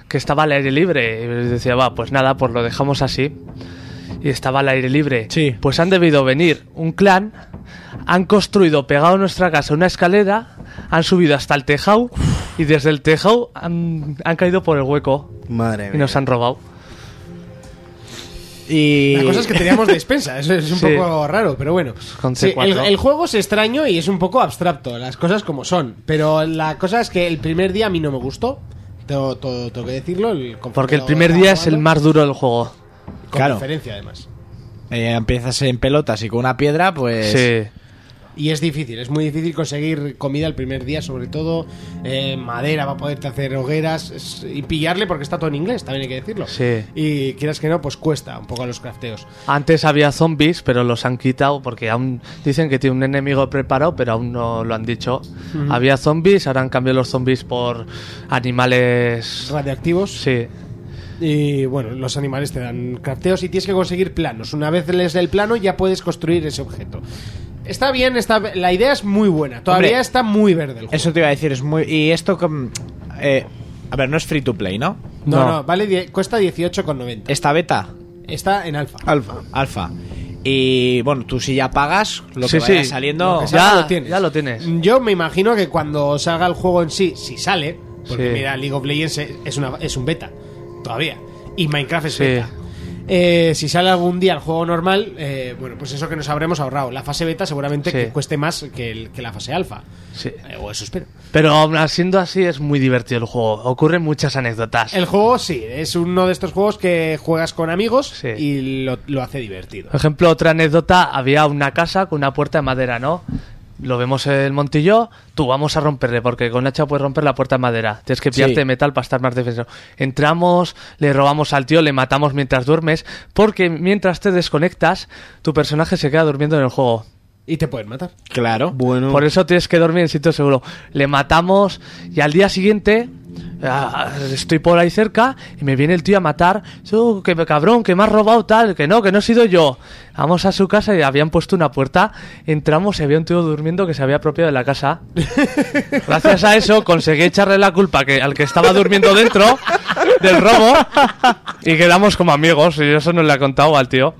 S5: que estaba al aire libre. Y decía, va, pues nada, pues lo dejamos así. Y estaba al aire libre.
S4: Sí.
S5: Pues han debido venir un clan, han construido pegado a nuestra casa una escalera, han subido hasta el tejado y desde el tejado han, han caído por el hueco
S6: Madre
S5: y
S6: mía.
S5: nos han robado.
S4: Y.
S2: La cosa es que teníamos despensa, eso es un
S5: Sí.
S2: poco raro, pero bueno.
S5: Con
S2: Sí, el,
S5: C4.
S2: el juego es extraño y es un poco abstracto, las cosas como son. Pero la cosa es que el primer día a mí no me gustó, tengo, tengo- tengo que decirlo. el- conforme
S5: Porque el
S2: lo
S5: primer
S2: estaba
S5: día es el
S2: jugando,
S5: más duro del juego.
S2: Con
S4: Claro.
S2: diferencia, además.
S4: eh, empiezas en pelotas y con una piedra, pues.
S5: Sí.
S2: Y es difícil, es muy difícil conseguir comida el primer día, sobre todo eh, madera para poderte hacer hogueras es- y pillarle porque está todo en inglés, también hay que decirlo.
S5: Sí.
S2: Y quieras que no, pues cuesta un poco a los crafteos.
S5: Antes había zombies, pero los han quitado porque aún dicen que tiene un enemigo preparado, pero aún no lo han dicho. Había zombies, ahora han cambiado los zombies por animales.
S2: Radioactivos.
S5: Sí,
S2: Y bueno, los animales te dan crafteos y tienes que conseguir planos. Una vez lees el plano ya puedes construir ese objeto. Está bien, está, la idea es muy buena. Todavía
S4: Hombre,
S2: está muy verde el juego.
S4: Eso te iba a decir, es muy. Y esto. com- eh, a ver, no es free to play, ¿no? Eh,
S2: no, no,
S5: no.
S2: vale, die- cuesta 18,90.
S4: Esta beta,
S2: Está en alfa.
S6: Alfa.
S4: alfa. Y bueno, tú si ya pagas, lo
S5: Sí,
S4: que vaya
S5: sí.
S4: saliendo.
S2: Lo que salga
S5: ya
S2: lo tienes.
S5: ya lo tienes.
S2: Yo me imagino que cuando salga el juego en sí, si sale, porque
S5: Sí.
S2: mira, League of Legends es, una, es un beta, todavía. Y Minecraft es
S5: Sí.
S2: beta. Eh, si sale algún día el juego normal, eh, bueno, pues eso que nos habremos ahorrado. La fase beta seguramente
S5: Sí.
S2: que cueste más que, el- que la fase alfa.
S5: Sí.
S2: Eh, o eso espero.
S5: Pero aún siendo así, es muy divertido el juego. Ocurren muchas anécdotas.
S2: El juego sí, es uno de estos juegos que juegas con amigos
S5: Sí.
S2: y lo, lo hace divertido.
S5: Por ejemplo, otra anécdota, había una casa con una puerta de madera, ¿no? Lo vemos en el montillo, tú vamos a romperle, porque con la hacha puedes romper la puerta de madera. Tienes que pillarte
S4: Sí.
S5: de metal para estar más defenso. Entramos, le robamos al tío, le matamos mientras duermes, porque mientras te desconectas, tu personaje se queda durmiendo en el juego.
S2: Y te pueden matar.
S4: Claro.
S6: Bueno.
S5: Por eso tienes que dormir en sitio seguro. Le matamos y al día siguiente ah, estoy por ahí cerca y me viene el tío a matar. Yo, que me- cabrón, que me has robado tal, que no, que no he sido yo. Vamos a su casa y habían puesto una puerta. Entramos y había un tío durmiendo que se había apropiado de la casa. Gracias a eso conseguí echarle la culpa que, al que estaba durmiendo dentro del robo y quedamos como amigos. Y eso no le ha contado al tío.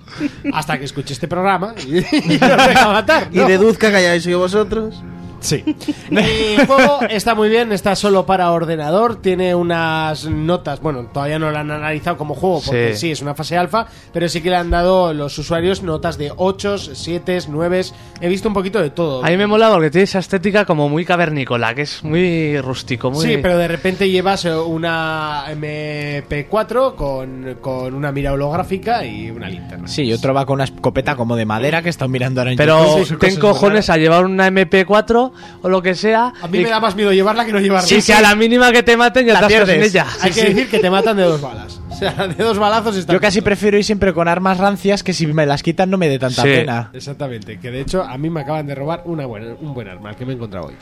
S2: Hasta que escuche este programa y, *laughs* y
S5: *laughs*
S2: no te deja matar.
S6: Y
S2: ¿no?
S6: deduzca que hayáis sido vosotros.
S2: Sí. El juego está muy bien, está solo para ordenador, tiene unas notas, bueno, todavía no lo han analizado como juego porque sí,
S5: Sí.
S2: es una fase alfa, pero sí que le han dado los usuarios notas de 8, 7, 9, he visto un poquito de todo.
S5: A mí me mola porque tiene esa estética como muy cavernícola, que es muy rústico, muy...
S2: Sí, pero de repente llevas eh, una MP4 con, con una mira holográfica y una linterna.
S4: Sí, y otro va con una escopeta como de madera que están mirando ahora en
S5: Pero
S4: YouTube.
S5: ten cojones a llevar una MP4 mano o lo que sea.
S2: A mí
S5: y-
S2: me da más miedo llevarla que no llevarla.
S5: y que a la mínima que te maten ya
S4: La
S5: estás sin
S4: pierdes.
S5: ella.
S2: Hay que decir que te matan de dos balas. *laughs* O sea, de dos balazos está.
S4: Yo casi prefiero ir siempre con armas rancias que si me las quitan no me dé tanta
S5: Sí.
S4: pena.
S2: Exactamente, que de hecho a mí me acaban de robar una buena, un buen arma que me he encontrado hoy.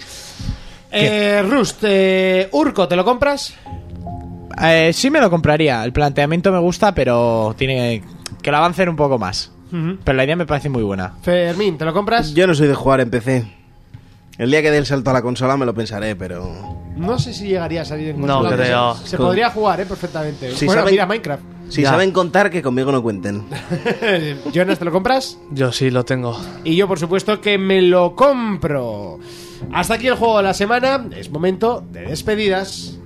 S2: Eh, Rust, eh, Urco, ¿te lo compras?
S4: Eh, sí me lo compraría. El planteamiento me gusta, pero tiene que lo avancen un poco más. Pero la idea me parece muy buena.
S2: Fermín, ¿te lo compras?
S6: Yo no soy de jugar en PC. El día que dé el salto a la consola me lo pensaré, pero.
S2: No sé si llegaría a salir en
S5: No
S2: consola, pero
S5: creo.
S2: Se, se podría jugar, eh, perfectamente.
S6: Si
S2: bueno,
S6: saben-
S2: mira Minecraft. *laughs*
S6: Si
S5: Ya.
S6: saben contar, que conmigo no cuenten.
S2: Jonas, ¿te lo compras?
S5: Yo sí lo tengo.
S2: Y yo, por supuesto, que me lo compro. Hasta aquí el juego de la semana. Es momento de despedidas.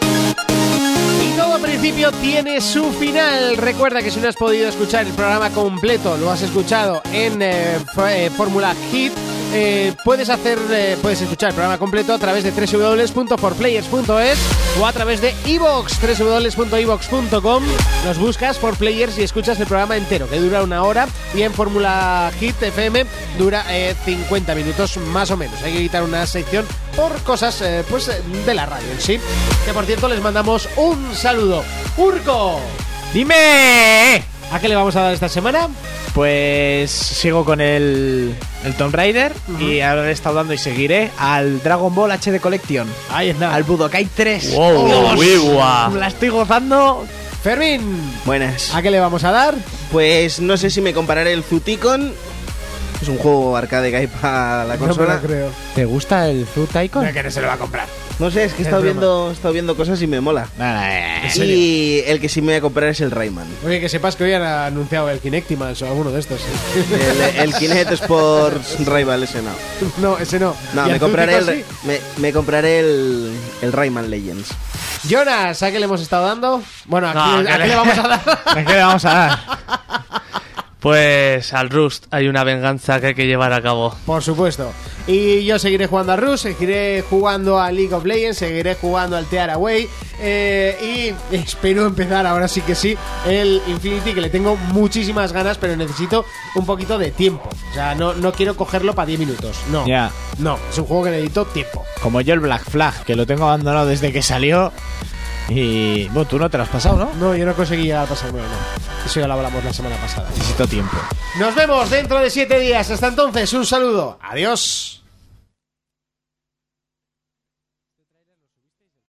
S2: Y todo principio tiene su final. Recuerda que si no has podido escuchar el programa completo, lo has escuchado en eh, F- eh, Fórmula Hit. eh, puedes hacer, eh, puedes escuchar el programa completo a través de www.forplayers.es o a través de iVox, www.ivox.com. Nos buscas por Players y escuchas el programa entero, que dura una hora, y en Fórmula Hit FM dura eh, 50 minutos más o menos. Hay que quitar una sección por cosas eh, pues eh, de la radio en sí. Que por cierto les mandamos un saludo. ¡Urco!
S4: ¡Dime!
S2: ¿A qué le vamos a dar esta semana?
S4: Pues sigo con el, el Tomb Raider y ahora le he estado dando y seguiré al Dragon Ball HD Collection.
S2: Ahí está.
S4: Al Budokai Oh, 3.
S5: Wow,
S4: Dios,
S5: guigua.
S4: La estoy gozando.
S2: Fermín,
S6: Buenas.
S2: ¿a qué le vamos a dar?
S6: Ah, Pues no sé si me compararé el Zuticon. Es un juego arcade que hay para la consola. No,
S2: creo.
S4: ¿Te gusta el Zoo Tycoon?
S2: que no se lo va a comprar.
S6: sé, es que he estado viendo, he estado viendo cosas y me mola. Y el que sí me voy a comprar es el Rayman.
S2: Oye, que sepas que hoy han anunciado el Kinectimals o alguno de estos. ¿eh?
S6: El, el Kinect Sports Rival ese no.
S2: no, ese no.
S6: No,
S2: ¿Y
S6: me
S2: al
S6: compraré, el,
S2: Zútico
S6: me, me compraré el, el Rayman Legends.
S2: sí? Jonas, ¿a qué le hemos estado dando? Bueno, ¿a,
S5: No,
S2: quién-
S5: que
S2: a qué
S5: le-
S2: le vamos a dar?
S4: ¿A qué le vamos a dar?
S5: Pues al Rust hay una venganza que hay que llevar a cabo.
S2: Por supuesto. Y yo seguiré jugando a Rus, seguiré jugando a League of Legends, seguiré jugando al Tearaway. Eh, y espero empezar ahora sí que sí el Infinity, que le tengo muchísimas ganas, pero necesito un poquito de tiempo. O sea, no, no quiero cogerlo para 10 minutos. No.
S4: Ya.
S2: No, es un juego que necesito tiempo.
S4: *laughs* Como yo el Black Flag, que lo tengo abandonado desde que salió. Y. Bueno, tú no te lo has pasado, ¿no?
S2: No, yo no conseguí llegar al pasar nuevo, no. Eso ya lo hablamos la semana pasada.
S4: Necesito tiempo.
S2: Nos vemos dentro de 7 días. Hasta entonces, un saludo. Adiós.